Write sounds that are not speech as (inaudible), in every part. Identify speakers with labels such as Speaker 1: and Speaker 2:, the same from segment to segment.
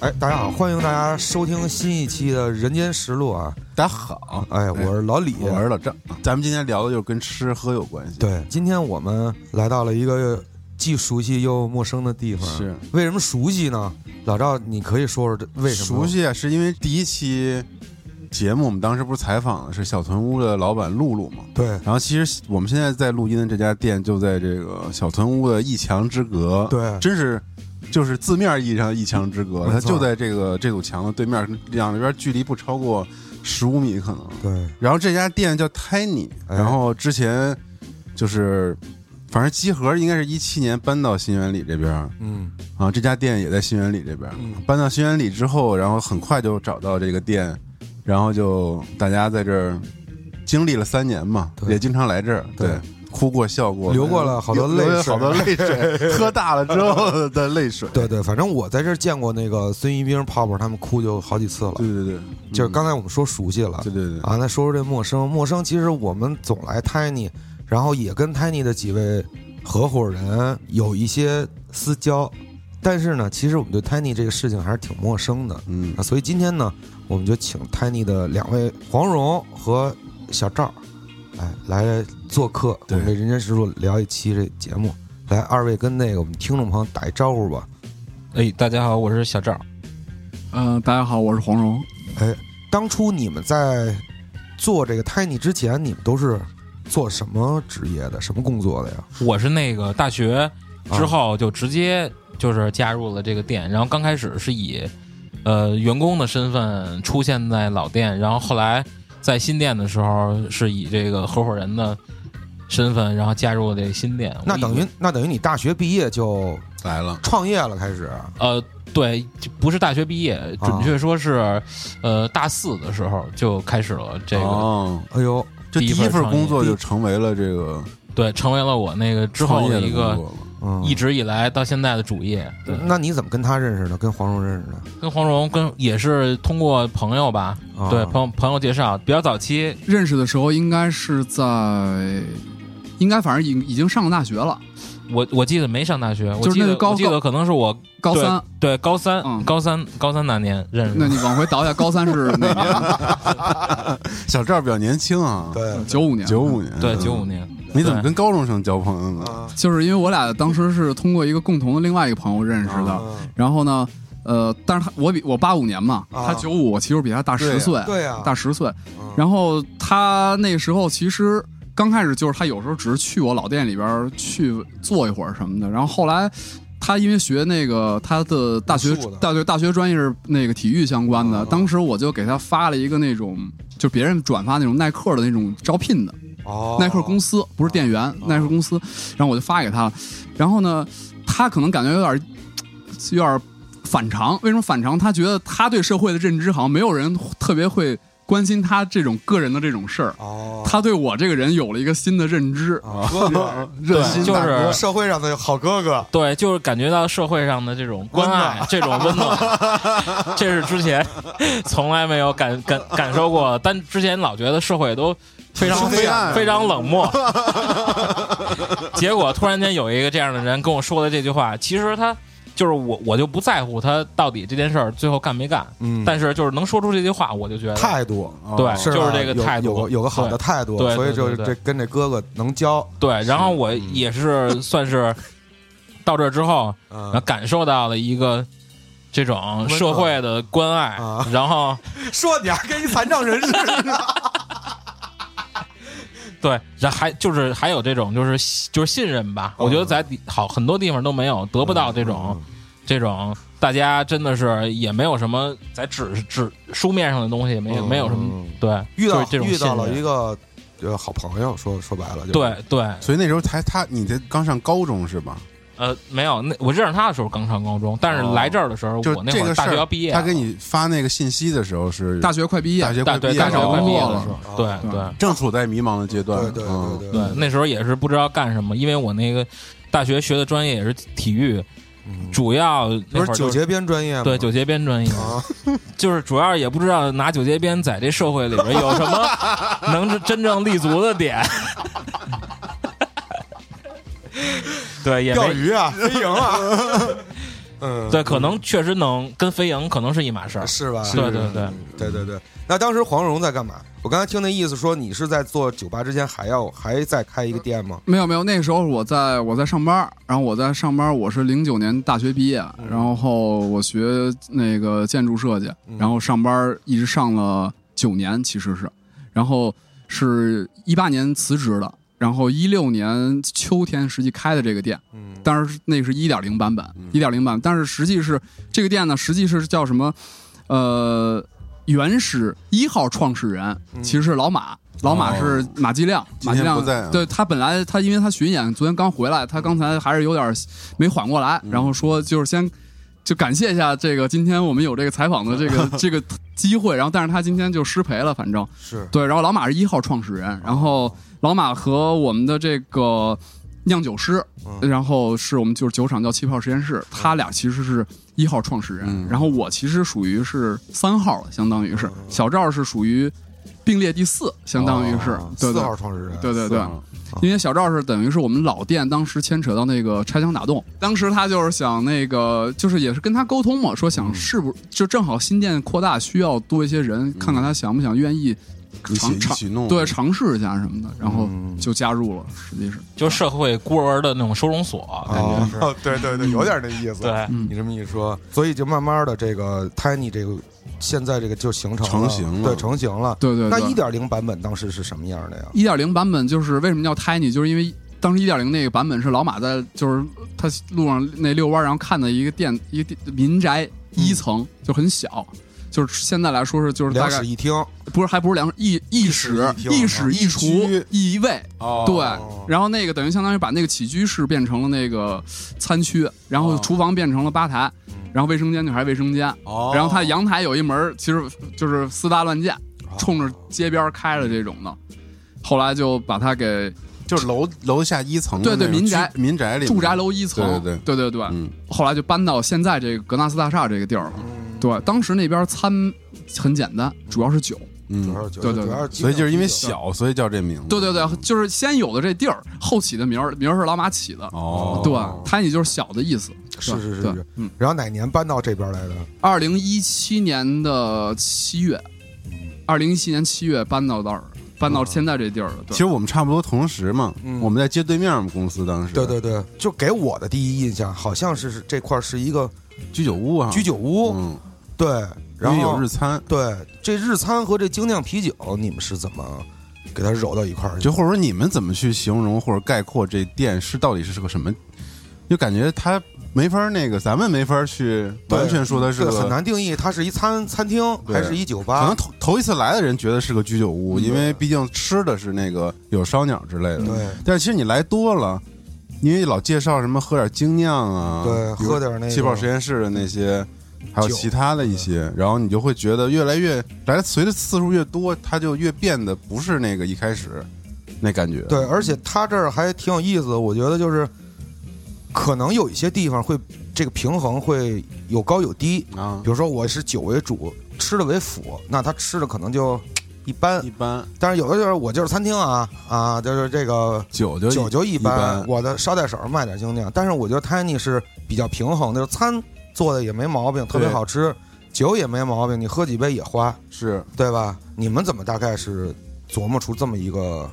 Speaker 1: 哎，大家好，欢迎大家收听新一期的《人间实录》啊！
Speaker 2: 大家好，
Speaker 1: 哎，我是老李，
Speaker 2: 我是老郑。咱们今天聊的就是跟吃喝有关系。，
Speaker 1: 对，今天我们来到了一个既熟悉又陌生的地方。
Speaker 2: 是
Speaker 1: 为什么熟悉呢？老赵，你可以说说这为什么
Speaker 2: 熟？悉啊，是因为第一期节目我们当时不是采访的是小屯屋的老板露露嘛？
Speaker 1: 对
Speaker 2: 然后其实我们现在在录音的这家店就在这个小屯屋的一墙之隔，
Speaker 1: 对
Speaker 2: 真是就是字面意义上的一墙之隔，
Speaker 1: 没错
Speaker 2: 它就在这个这堵墙的对面，两边距离不超过十五米可能。
Speaker 1: 对，
Speaker 2: 然后这家店叫 Tiny，
Speaker 1: 哎
Speaker 2: 然后之前就是，反正集合应该是一七年搬到新源里这边儿
Speaker 1: 嗯，
Speaker 2: 啊，这家店也在新源里这边儿。搬到新源里之后，然后很快就找到这个店，然后就大家在这儿经历了三年嘛，
Speaker 1: 对
Speaker 2: 也经常来这儿，
Speaker 1: 对
Speaker 2: 对，哭过笑过，
Speaker 1: 流过了好多
Speaker 2: 流流
Speaker 1: 泪
Speaker 2: 了
Speaker 1: 水
Speaker 2: 好多
Speaker 1: (laughs)
Speaker 2: 泪水，喝大了之后的泪水。
Speaker 1: 对对，反正我在这儿见过那个孙一冰、泡泡他们哭就好几次了。
Speaker 2: 对对对，
Speaker 1: 就是刚才我们说熟悉了，
Speaker 2: 嗯对对对
Speaker 1: 啊，那说说这陌生，陌生其实我们总来 Tiny，然后也跟 Tiny 的几位合伙人有一些私交，但是呢，其实我们对 Tiny 这个事情还是挺陌生的
Speaker 2: 嗯
Speaker 1: 啊，所以今天呢，我们就请 Tiny 的两位黄蓉和小赵，哎，来做客，我
Speaker 2: 对
Speaker 1: 们这人间实录聊一期这节目，来，二位跟那个我们听众朋友打一招呼吧。
Speaker 3: 哎，大家好，我是小赵。
Speaker 4: 嗯、大家好，我是黄蓉。
Speaker 1: 当初你们在做这个 Tiny 之前，你们都是做什么职业的？什么工作的呀？
Speaker 3: 我是那个大学之后就直接就是加入了这个店，然后刚开始是以呃员工的身份出现在老店，然后后来在新店的时候是以这个合伙人的身份，然后加入了这个新店。
Speaker 1: 那
Speaker 3: 我以
Speaker 1: 等于那等于你大学毕业就
Speaker 2: 来了，
Speaker 1: 创业了，开始
Speaker 3: 呃对，就不是大学毕业，准确说是、呃大四的时候就开始了这个，
Speaker 2: 哦，
Speaker 1: 哎呦，
Speaker 2: 就
Speaker 3: 第
Speaker 2: 第
Speaker 3: 一
Speaker 2: 一
Speaker 3: 份
Speaker 2: 份
Speaker 3: 创业
Speaker 2: 工作就成为了这个
Speaker 3: 对，成为了我那个之
Speaker 2: 创
Speaker 3: 后
Speaker 2: 业的
Speaker 3: 一个
Speaker 2: 工作了
Speaker 1: 嗯，
Speaker 3: 一直以来到现在的主业。对。
Speaker 1: 那你怎么跟他认识的？跟黄蓉认识的？
Speaker 3: 跟黄蓉跟也是通过朋友吧，
Speaker 1: 啊、
Speaker 3: 对朋友朋友介绍，比较早期，
Speaker 4: 认识的时候应该是在，应该反正已已经上了大学了，
Speaker 3: 我我记得没上大学，我
Speaker 4: 就是
Speaker 3: 记
Speaker 4: 那个
Speaker 3: 得
Speaker 4: 高
Speaker 3: 我记得可能是我
Speaker 4: 高三。
Speaker 3: 对高三、
Speaker 4: 嗯
Speaker 3: 高三高三那年认识
Speaker 4: 那
Speaker 3: 的，
Speaker 4: 你往回倒一下，高三是
Speaker 1: (laughs)
Speaker 4: 哪年？
Speaker 2: 小赵比较年轻啊，
Speaker 1: 对
Speaker 4: 九五年。
Speaker 2: 九。五年，
Speaker 3: 对
Speaker 2: 嗯
Speaker 3: 九五。年，
Speaker 2: 你怎么
Speaker 3: 对
Speaker 2: 跟高中生交朋友呢？
Speaker 1: 啊
Speaker 4: 就是因为我俩当时是通过一个共同的另外一个朋友认识的，
Speaker 1: 啊
Speaker 4: 然后呢，呃，但是他我比我八五年嘛，
Speaker 1: 啊
Speaker 4: 他九五，我其实比他大
Speaker 2: 对呀
Speaker 4: 十岁，
Speaker 1: 对呀、啊，
Speaker 4: 大十岁。然后他那时候其实刚开始就是他有时候只是去我老店里边儿去坐一会儿什么的，然后后来他因为学那个他的大学
Speaker 1: 武术的
Speaker 4: 大对大学专业是那个体育相关的，
Speaker 1: 嗯嗯
Speaker 4: 当时我就给他发了一个那种就别人转发那种耐克的那种招聘的。
Speaker 1: 哦，
Speaker 4: 耐克公司，不是店员，耐克公司。然后我就发给他了，然后呢，他可能感觉有点，嘖有点反常。为什么反常？他觉得他对社会的认知好像没有人特别会关心他这种个人的这种事儿。
Speaker 1: 哦
Speaker 4: 他对我这个人有了一个新的认知，
Speaker 1: 哥哥，
Speaker 4: (laughs)
Speaker 2: 热心
Speaker 3: 就
Speaker 2: 大
Speaker 3: 是
Speaker 2: 哥
Speaker 1: 社会上的好哥哥，
Speaker 3: 对，就是感觉到社会上的这种关爱，这种温暖， (laughs) 这是之前从来没有感感感受过的。但之前老觉得社会都非常
Speaker 2: 挺黑暗
Speaker 3: 非常冷漠， (laughs) 结果突然间有一个这样的人跟我说了这句话，其实他就是我，我就不在乎他到底这件事儿最后干没干，
Speaker 1: 嗯
Speaker 3: 但是就是能说出这句话，我就觉得
Speaker 1: 态度
Speaker 2: 哦
Speaker 3: 对，
Speaker 1: 是吧
Speaker 3: 就是这个
Speaker 1: 有
Speaker 3: 态度，
Speaker 1: 有个有个好的态度
Speaker 3: 对，对
Speaker 1: 所以就
Speaker 3: 对
Speaker 1: 是
Speaker 3: 对
Speaker 1: 这跟这哥哥能交，
Speaker 3: 对。对然后我也是算是到这儿之后。然后
Speaker 1: 嗯，
Speaker 3: 感受到了一个这种
Speaker 1: 暖
Speaker 3: 社会的关爱
Speaker 1: 啊，
Speaker 3: 然后
Speaker 1: 说你还跟一残障人士似的，
Speaker 3: 对，然后还就是还有这种就是就是信任吧，我觉得在地好很多地方都没有得不到这种这种。大家真的是也没有什么在纸纸书面上的东西，没有
Speaker 1: 嗯
Speaker 3: 没有什么对，
Speaker 1: 遇
Speaker 3: 就
Speaker 1: 到
Speaker 3: 是这种
Speaker 1: 遇到
Speaker 3: 信
Speaker 1: 了
Speaker 3: 任
Speaker 1: 一个呃好朋友，说说白了就是
Speaker 3: 对对
Speaker 2: 所以那时候才他，你才刚上高中是吧？
Speaker 3: 呃没有那我认识他的时候刚上高中，但是
Speaker 2: 哦
Speaker 3: 来这儿的时候
Speaker 2: 就
Speaker 3: 我那
Speaker 2: 这
Speaker 3: 会
Speaker 2: 个
Speaker 3: 儿
Speaker 2: 事
Speaker 3: 大学
Speaker 2: 儿
Speaker 3: 要毕业了，啊
Speaker 2: 他给你发那个信息的时候是
Speaker 4: 大学快毕业，
Speaker 2: 大学
Speaker 3: 大
Speaker 2: 快毕
Speaker 3: 对
Speaker 2: 业哦
Speaker 3: 大
Speaker 4: 了
Speaker 3: 学要
Speaker 4: 工
Speaker 3: 毕业
Speaker 4: 作
Speaker 3: 的
Speaker 4: 了
Speaker 3: 时候，
Speaker 1: 啊
Speaker 3: 对对，
Speaker 2: 正处在迷茫的阶段。
Speaker 1: 对对
Speaker 2: 嗯
Speaker 1: 对
Speaker 3: 对，那时候也是不知道干什么，因为我那个大学学的专业也是体育，
Speaker 1: 嗯
Speaker 3: 主要
Speaker 1: 不
Speaker 3: 那会
Speaker 1: 是
Speaker 3: 儿
Speaker 1: 九
Speaker 3: 就是
Speaker 1: 节鞭专业吗？
Speaker 3: 对九节鞭专业，
Speaker 1: 啊，
Speaker 3: 就是主要也不知道拿九节鞭在这社会里边有什么能真正立足的点。对，也
Speaker 1: 钓
Speaker 3: 没
Speaker 1: 鱼
Speaker 3: (laughs)
Speaker 1: 啊，飞营啊，嗯，
Speaker 3: 对，可能确实能跟飞营可能是一码事儿。
Speaker 1: 是吧？
Speaker 3: 对对对，
Speaker 1: 嗯对对对。那当时黄蓉在干嘛？我刚才听那意思说，你是在做酒吧之前还要还再开一个店吗？
Speaker 4: 没有没有，那个时候我在我在上班，然后我在上班，我是零九年大学毕业，然后我学那个建筑设计，然后上班一直上了九年，其实是，然后是一八年辞职的，然后一六年秋天实际开的这个店，
Speaker 1: 嗯，
Speaker 4: 当然是那是一点零版本，
Speaker 2: 嗯
Speaker 4: 一点零版本，但是实际是这个店呢，实际是叫什么，呃，原始一号创始人其实是老马，老马是马季亮，
Speaker 2: 嗯哦今
Speaker 4: 马季
Speaker 2: 天
Speaker 4: 亮
Speaker 2: 不在啊
Speaker 4: 对他本来他因为他巡演，昨天刚回来，他刚才还是有点没缓过
Speaker 2: 嗯
Speaker 4: 来，然后说就是先。就感谢一下这个，今天我们有这个采访的这个
Speaker 1: (laughs)
Speaker 4: 这个机会，然后但是他今天就失陪了，反正
Speaker 1: 是
Speaker 4: 对，然后老马是一号创始人，然后老马和我们的这个酿酒师，
Speaker 1: 嗯
Speaker 4: 然后是我们就是酒厂叫气泡实验室，他俩其实是一号创始人，然
Speaker 1: 嗯
Speaker 4: 后我其实属于是三号了，相当于是小赵是属于并列第四，相当于是、
Speaker 2: 哦
Speaker 4: 对
Speaker 1: 四
Speaker 4: 对
Speaker 1: 号创始人，
Speaker 4: 对对
Speaker 2: 是
Speaker 4: 对
Speaker 2: 吗，
Speaker 4: 因为小赵是等于是我们老店当时牵扯到那个拆墙打洞，当时他就是想那个，就是也是跟他沟通嘛，说
Speaker 2: 嗯
Speaker 4: 想是不就正好新店扩大需要多一些人，看看他想不想愿意
Speaker 2: 一起
Speaker 4: 尝
Speaker 2: 一
Speaker 4: 尝
Speaker 2: 起弄嗯
Speaker 4: 对尝试一下什么的，然后就加入了，实际是
Speaker 3: 就社会孤儿的那种收容所感觉是。
Speaker 1: 哦，对对对，有点那意思。
Speaker 3: 对
Speaker 4: 嗯
Speaker 1: 你这么一说，所以就慢慢的这个 Tiny 这个现在这个就形成了
Speaker 2: 成型了
Speaker 1: 对，成型了。
Speaker 4: 对对
Speaker 1: 那
Speaker 4: 对。
Speaker 1: 一点零版本当时是什么样的呀？
Speaker 4: 一点零版本就是为什么叫 Tiny，就是因为当时一点零那个版本是老马在就是他路上那遛弯儿，然后看到一个店一个店民宅
Speaker 2: 嗯
Speaker 4: 一层、就很小，就是现在来说是就是大
Speaker 1: 两
Speaker 4: 概
Speaker 1: 室一厅，
Speaker 4: 不是还不是两一一室
Speaker 1: 一室一厅
Speaker 4: 一室一厨
Speaker 2: 啊居
Speaker 4: 一卫。
Speaker 2: 哦
Speaker 4: 对，然后那个等于相当于把那个起居室变成了那个餐区，然后厨房变成了吧台，然后卫生间就还是卫生间，
Speaker 2: 嗯哦
Speaker 4: 然后它阳台有一门儿，其实就是四大乱建，
Speaker 2: 哦
Speaker 4: 冲着街边儿开了这种的。后来就把它给
Speaker 2: 就是楼楼下一层的
Speaker 4: 对对
Speaker 2: 那种
Speaker 4: 民宅
Speaker 2: 居民宅里面
Speaker 4: 住宅楼一层，
Speaker 2: 对对
Speaker 4: 对对对
Speaker 2: 嗯
Speaker 4: 后来就搬到现在这个格纳斯大厦这个地儿了。
Speaker 2: 嗯
Speaker 4: 对，当时那边餐很简单，主要是酒。
Speaker 1: 主
Speaker 2: 嗯，
Speaker 1: 要是
Speaker 4: 对对对
Speaker 1: 主要是基
Speaker 2: 所
Speaker 1: 本上
Speaker 2: 以就是因为小，所以叫这名字。嗯
Speaker 4: 对对对，就是先有的这地儿，后起的名儿，名儿是老马起的。
Speaker 2: 哦，
Speaker 4: 对，它也就是小的意思。
Speaker 1: 是是是
Speaker 4: 对
Speaker 1: 是。
Speaker 4: 嗯，
Speaker 1: 然后哪年搬到这边来的？
Speaker 4: 二零一七年的七月，二零一七年七月搬到这儿，搬到现在这地儿了。
Speaker 2: 其
Speaker 4: 对
Speaker 2: 实，我们差不多同时嘛，
Speaker 1: 嗯
Speaker 2: 我们在街对面嘛公司当时
Speaker 1: 对对对，就给我的第一印象好像是是这块儿是一个
Speaker 2: 居酒屋啊，
Speaker 1: 居酒屋，
Speaker 2: 嗯，
Speaker 1: 对，然
Speaker 2: 因为
Speaker 1: 后
Speaker 2: 有日餐，
Speaker 1: 对，这日餐和这精酿啤酒，你们是怎么给它揉到一块儿去？
Speaker 2: 就或者说你们怎么去形容或者概括这店是到底是个什么？就感觉它没法儿那个，咱们没法儿去
Speaker 1: 对
Speaker 2: 完全说它是
Speaker 1: 对
Speaker 2: 个
Speaker 1: 很难啊定义，它是一餐餐厅
Speaker 2: 对
Speaker 1: 还是一酒
Speaker 2: 可
Speaker 1: 吧
Speaker 2: 能？头头一次来的人觉得是个居酒
Speaker 1: 嗯
Speaker 2: 屋，因为毕竟吃的是那个有烧鸟之类的。
Speaker 1: 对
Speaker 2: 但是其实你来多了，因为老介绍什么喝点精酿啊，
Speaker 1: 对，
Speaker 2: 比如
Speaker 1: 喝点那个
Speaker 2: 气泡实验室的那些哎嗯还有
Speaker 1: 酒
Speaker 2: 其他的一些，然后你就会觉得越来越来，随着次数越多，它就越变得不是那个一开始那感觉。
Speaker 1: 对，而且它这儿还挺有意思的，我觉得就是可能有一些地方会这个平衡会有高有低，
Speaker 2: 啊
Speaker 1: 比，如说我是酒为主，吃的为辅，那他吃的可能就一般
Speaker 2: 一。般
Speaker 1: 但是有的就是我就是餐厅啊啊，就是这个
Speaker 2: 酒就
Speaker 1: 酒就一般，
Speaker 2: 一般
Speaker 1: 我的捎带手卖点精酿。但是我觉得 Tiny 是比较平衡的，就是餐做的也没毛病，特别
Speaker 2: 对
Speaker 1: 好吃，酒也没毛病，你喝几杯也花，
Speaker 2: 是
Speaker 1: 对吧？你们怎么大概是琢磨出这么一个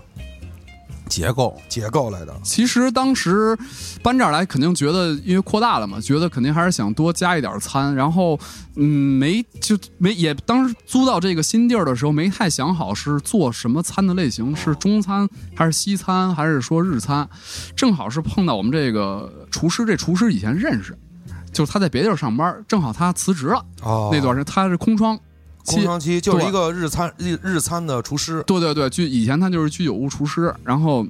Speaker 2: 结构，
Speaker 1: 结构来的？
Speaker 4: 其实当时搬这儿来，肯定觉得因为扩大了嘛，觉得肯定还是想多加一点餐。然后，嗯，没就没也当时租到这个新地儿的时候，没太想好是做什么餐的类型，是中餐还是西餐，还是说日餐。正好是碰到我们这个厨师，这厨师以前认识，就是他在别地儿上班，正好他辞职了、
Speaker 1: 哦，
Speaker 4: 那段时间，他是空窗期
Speaker 1: 空窗期就是一个日餐日日餐的厨师，
Speaker 4: 对对对，居以前他就是居酒屋厨师，然后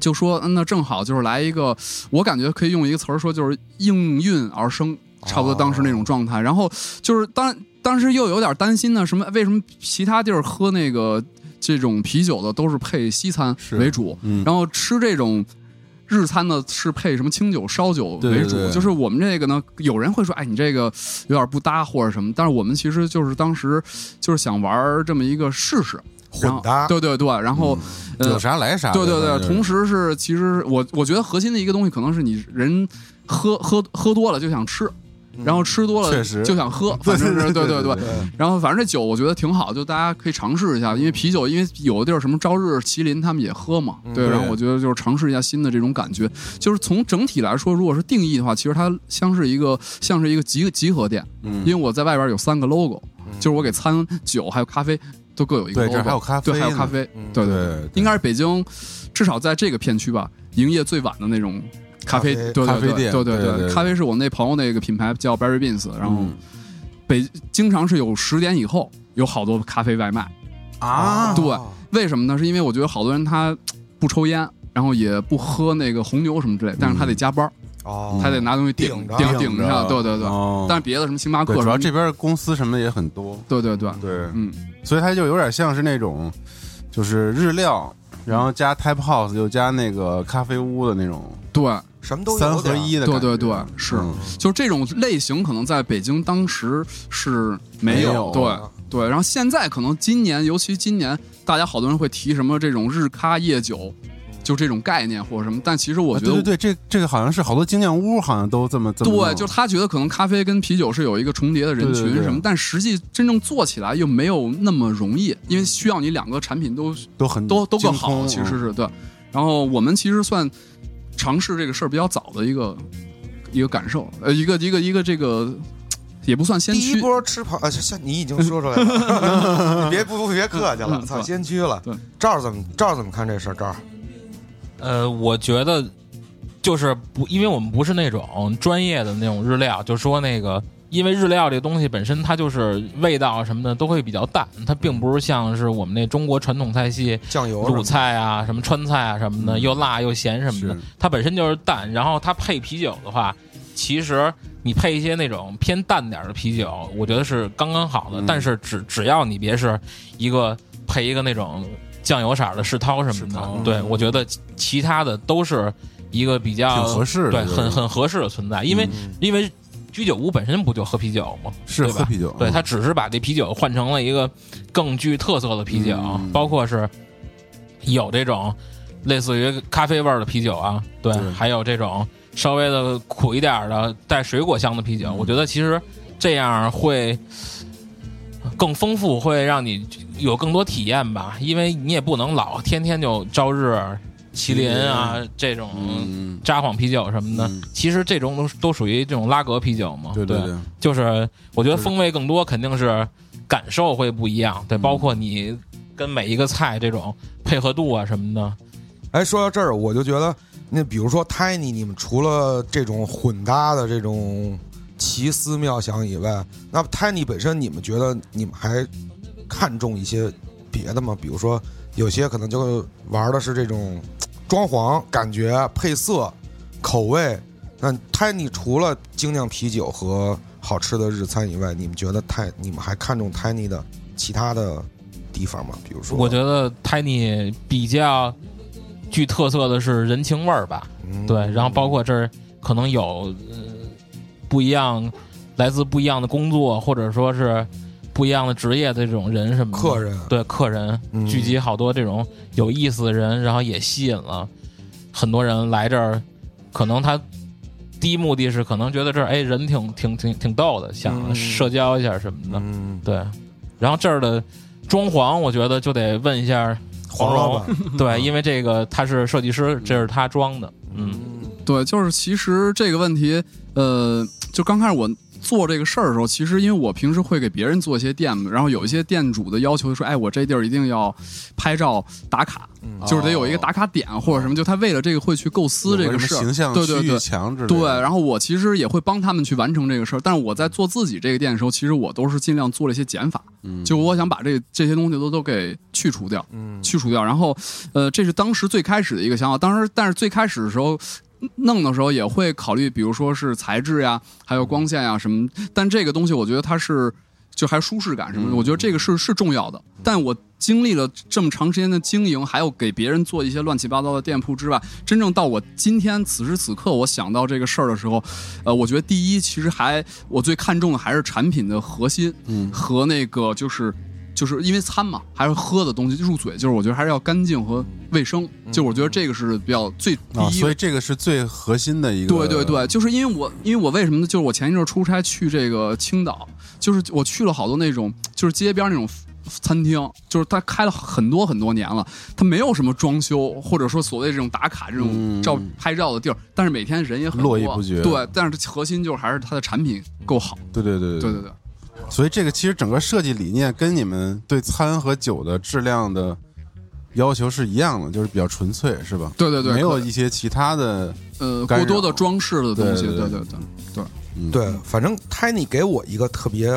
Speaker 4: 就说嗯那正好就是来一个，我感觉可以用一个词儿说，就是应运而生，差不多当时那种状态。然后就是当当时又有点担心呢，什么为什么其他地儿喝那个这种啤酒的都是配西餐为主，
Speaker 2: 嗯，
Speaker 4: 然后吃这种。日餐呢是配什么清酒、烧酒为主，
Speaker 2: 对对对
Speaker 4: 就是我们这个呢，有人会说，哎，你这个有点不搭或者什么，但是我们其实就是当时就是想玩儿这么一个试试，
Speaker 1: 混
Speaker 4: 然后
Speaker 1: 搭，
Speaker 4: 对对对，然后、呃
Speaker 2: 有啥来啥。
Speaker 4: 对对
Speaker 2: 反
Speaker 4: 对，
Speaker 2: 正就是
Speaker 4: 同时是其实我我觉得核心的一个东西可能是你人喝喝喝多了就想吃，然后吃多了
Speaker 2: 嗯确实
Speaker 4: 就想喝，反正
Speaker 2: 嗯
Speaker 4: 是对对
Speaker 2: 对
Speaker 4: 对
Speaker 2: 对。
Speaker 4: 然后反正这酒我觉得挺好，就大家可以尝试一下，
Speaker 2: 嗯
Speaker 4: 因为啤酒，因为有的地儿什么朝日、麒麟他们也喝嘛，对。
Speaker 2: 嗯对
Speaker 4: 然后我觉得就是尝试一下新的这种感觉，就是从整体来说，如果是定义的话，其实它像是一个像是一个集集合店，
Speaker 2: 嗯
Speaker 4: 因为我在外边有三个 logo，就是我给餐、酒还有咖啡都各有一个
Speaker 2: 对
Speaker 4: logo，
Speaker 2: 这还有咖啡
Speaker 4: 对，还有
Speaker 2: 呢
Speaker 4: 咖啡
Speaker 1: 嗯，
Speaker 4: 对
Speaker 2: 对
Speaker 4: 对
Speaker 2: 对，
Speaker 4: 应该是北京，至少在这个片区吧，营业最晚的那种咖啡
Speaker 1: 咖啡
Speaker 4: 对
Speaker 2: 咖
Speaker 4: 对
Speaker 2: 啡
Speaker 4: 对
Speaker 2: 店
Speaker 4: 对对
Speaker 2: 对对对
Speaker 4: 咖啡是我那朋友那个品牌叫 Berry Beans，然后
Speaker 2: 嗯
Speaker 4: 北经常是有十点以后有好多咖啡外卖，
Speaker 2: 啊，
Speaker 4: 对为什么呢？是因为我觉得好多人他不抽烟。然后也不喝那个红牛什么之类，但是他得加班，
Speaker 1: 哦，
Speaker 4: 他得拿东西顶
Speaker 1: 顶着
Speaker 4: 顶
Speaker 2: 嗯顶
Speaker 4: 顶
Speaker 2: 着
Speaker 4: 对对对。
Speaker 2: 哦
Speaker 4: 但是别的什么星巴克
Speaker 2: 对，
Speaker 4: 什么，
Speaker 2: 主要这边公司什么的也很多，
Speaker 4: 对对对，
Speaker 2: 对，
Speaker 4: 嗯，
Speaker 2: 所以它就有点像是那种，就是日料，然后加 type house 又加那个咖啡屋的那种
Speaker 4: 对，
Speaker 1: 什么都有
Speaker 2: 三
Speaker 1: 点
Speaker 2: 合
Speaker 1: 儿
Speaker 2: 一的感觉，
Speaker 4: 对对对，是，
Speaker 2: 嗯
Speaker 4: 就是这种类型，可能在北京当时是没有，
Speaker 2: 没有啊
Speaker 4: 对对。然后现在可能今年，尤其今年，大家好多人会提什么这种日咖夜酒，就这种概念或者什么，但其实我
Speaker 2: 啊
Speaker 4: 觉得。
Speaker 2: 对对对，这这个好像是好多精酿屋好像都这么这么
Speaker 4: 对，
Speaker 2: 弄
Speaker 4: 就是他觉得可能咖啡跟啤酒是有一个重叠的人群
Speaker 2: 对对对
Speaker 4: 什么，但实际真正做起来又没有那么容易，因为需要你两个产品都
Speaker 2: 都很
Speaker 4: 都都更
Speaker 2: 精
Speaker 4: 好，
Speaker 2: 通嗯
Speaker 4: 其实是对。然后我们其实算尝试这个事儿比较早的一个一个感受，呃，一个一个一个这个也不算先
Speaker 1: 第
Speaker 4: 驱
Speaker 1: 一，波吃螃，呃，像你已经说出来了， (laughs) 你别不不别客气了，
Speaker 4: 嗯
Speaker 1: 操，
Speaker 4: 对
Speaker 1: 先驱了
Speaker 4: 对。
Speaker 1: 赵儿怎么赵儿怎么看这事儿？赵儿
Speaker 3: 呃，我觉得就是不，因为我们不是那种专业的那种日料，就说那个，因为日料这东西本身它就是味道什么的都会比较淡，它并不是像是我们那中国传统菜系
Speaker 1: 酱油什
Speaker 3: 鲁
Speaker 1: 么的
Speaker 3: 菜啊、什么川菜啊什么的，又辣又咸什么的
Speaker 2: 是，
Speaker 3: 它本身就是淡。然后它配啤酒的话，其实你配一些那种偏淡点儿的啤酒，我觉得是刚刚好的。
Speaker 2: 嗯
Speaker 3: 但是只只要你别是一个配一个那种酱油色儿的世涛什么
Speaker 2: 世涛嗯
Speaker 3: 的，对我觉得其其他的都是一个比较
Speaker 2: 挺合适的
Speaker 3: 对，
Speaker 2: 就是嗯
Speaker 3: 很很合适的存在。因为因为居酒屋本身不就喝啤酒吗？
Speaker 2: 是
Speaker 3: 对吧
Speaker 2: 喝啤酒，
Speaker 3: 对，
Speaker 2: 嗯
Speaker 3: 他只是把这啤酒换成了一个更具特色的啤酒，
Speaker 2: 嗯
Speaker 3: 包括是有这种类似于咖啡味儿的啤酒啊，对，
Speaker 2: 对
Speaker 3: 还有这种稍微的苦一点儿的带水果香的啤
Speaker 2: 嗯
Speaker 3: 酒。我觉得其实这样会更丰富，会让你有更多体验吧，因为你也不能老天天就朝日、麒麟啊这种。
Speaker 2: 嗯，
Speaker 3: 札幌啤酒什么的，
Speaker 2: 嗯
Speaker 3: 其实这种都都属于这种拉格啤酒嘛，
Speaker 2: 对对
Speaker 3: 对，就是我觉得风味更多，肯定是感受会不一样，对，
Speaker 2: 嗯
Speaker 3: 包括你跟每一个菜这种配合度啊什么的，
Speaker 1: 哎，说到这儿，我就觉得，那比如说 Tiny，你们除了这种混搭的这种奇思妙想以外，那 Tiny 本身，你们觉得你们还看重一些别的吗？比如说，有些可能就玩的是这种装潢感觉、配色、口味。那 Tiny 除了精酿啤酒和好吃的日餐以外，你们觉得泰你们还看重 Tiny 的其他的地方吗？比如说，
Speaker 3: 我觉得 Tiny 比较具特色的是人情味儿吧，
Speaker 1: 嗯
Speaker 3: 对，然后包括这儿可能有、呃、不一样，来自不一样的工作，或者说是不一样的职业的这种人什么的
Speaker 1: 客人，
Speaker 3: 对客人
Speaker 1: 嗯
Speaker 3: 聚集好多这种有意思的人，然后也吸引了很多人来这儿。可能他第一目的是可能觉得这儿哎人挺挺挺挺逗的，想
Speaker 1: 嗯
Speaker 3: 社交一下什么的。
Speaker 1: 嗯，
Speaker 3: 对，然后这儿的装潢，我觉得就得问一下
Speaker 1: 黄老板，
Speaker 3: 对，因为这个他是设计师，这是他装的。嗯，
Speaker 4: 对，就是其实这个问题，呃，就刚开始我做这个事儿的时候，其实因为我平时会给别人做一些店嘛，然后有一些店主的要求说，哎，我这地儿一定要拍照打卡，
Speaker 1: 嗯
Speaker 4: 就是得有一个打卡点或者什么，就他为了这个会去构思这
Speaker 2: 哦有
Speaker 4: 个
Speaker 2: 什
Speaker 4: 事
Speaker 2: 么
Speaker 4: 儿，
Speaker 2: 形象
Speaker 4: 对对
Speaker 2: 区域
Speaker 4: 对。
Speaker 2: 墙之类的。
Speaker 4: 对，然后我其实也会帮他们去完成这个事儿，但是我在做自己这个店的时候，其实我都是尽量做了一些减法，
Speaker 2: 嗯
Speaker 4: 就我想把这这些东西都都给去除掉。
Speaker 1: 嗯，
Speaker 4: 去除掉。然后，呃，这是当时最开始的一个想法。当时，但是最开始的时候。弄的时候也会考虑，比如说是材质呀，还有光线呀什么。但这个东西，我觉得它是就还舒适感
Speaker 2: 嗯
Speaker 4: 什么的，我觉得这个是是重要的。但我经历了这么长时间的经营，还有给别人做一些乱七八糟的店铺之外，真正到我今天此时此刻，我想到这个事儿的时候，呃，我觉得第一，其实还我最看重的还是产品的核心，
Speaker 2: 嗯
Speaker 4: 和那个就是就是因为餐嘛，还有喝的东西入嘴，就是我觉得还是要干净和卫生，就我觉得这个是比较最第
Speaker 2: 嗯啊，
Speaker 4: 一
Speaker 2: 所
Speaker 4: 位。
Speaker 2: 以这个是最核心的一个。
Speaker 4: 对对对，，就是因为我，因为我为什么呢？就是我前一阵儿出差去这个青岛，就是我去了好多那种，就是街边那种餐厅，就是它开了很多很多年了，它没有什么装修，或者说所谓这种打卡这种
Speaker 2: 嗯
Speaker 4: 照拍照的地儿，但是每天人也很
Speaker 2: 络
Speaker 4: 多
Speaker 2: 绎不绝
Speaker 4: 对，但是核心就是还是它的产品够好。
Speaker 2: 对对对
Speaker 4: 对对对，
Speaker 2: 所以这个其实整个设计理念跟你们对餐和酒的质量的要求是一样的，就是比较纯粹，是吧？
Speaker 4: 对对对
Speaker 2: 没有
Speaker 4: 可
Speaker 2: 一些其他的，
Speaker 4: 呃，
Speaker 2: 干
Speaker 4: 过
Speaker 2: 扰
Speaker 4: 多的装饰的东西，
Speaker 2: 对对
Speaker 4: 对对
Speaker 2: 对
Speaker 4: 对对。
Speaker 1: (laughs) 对，反正 Tiny 给我一个特别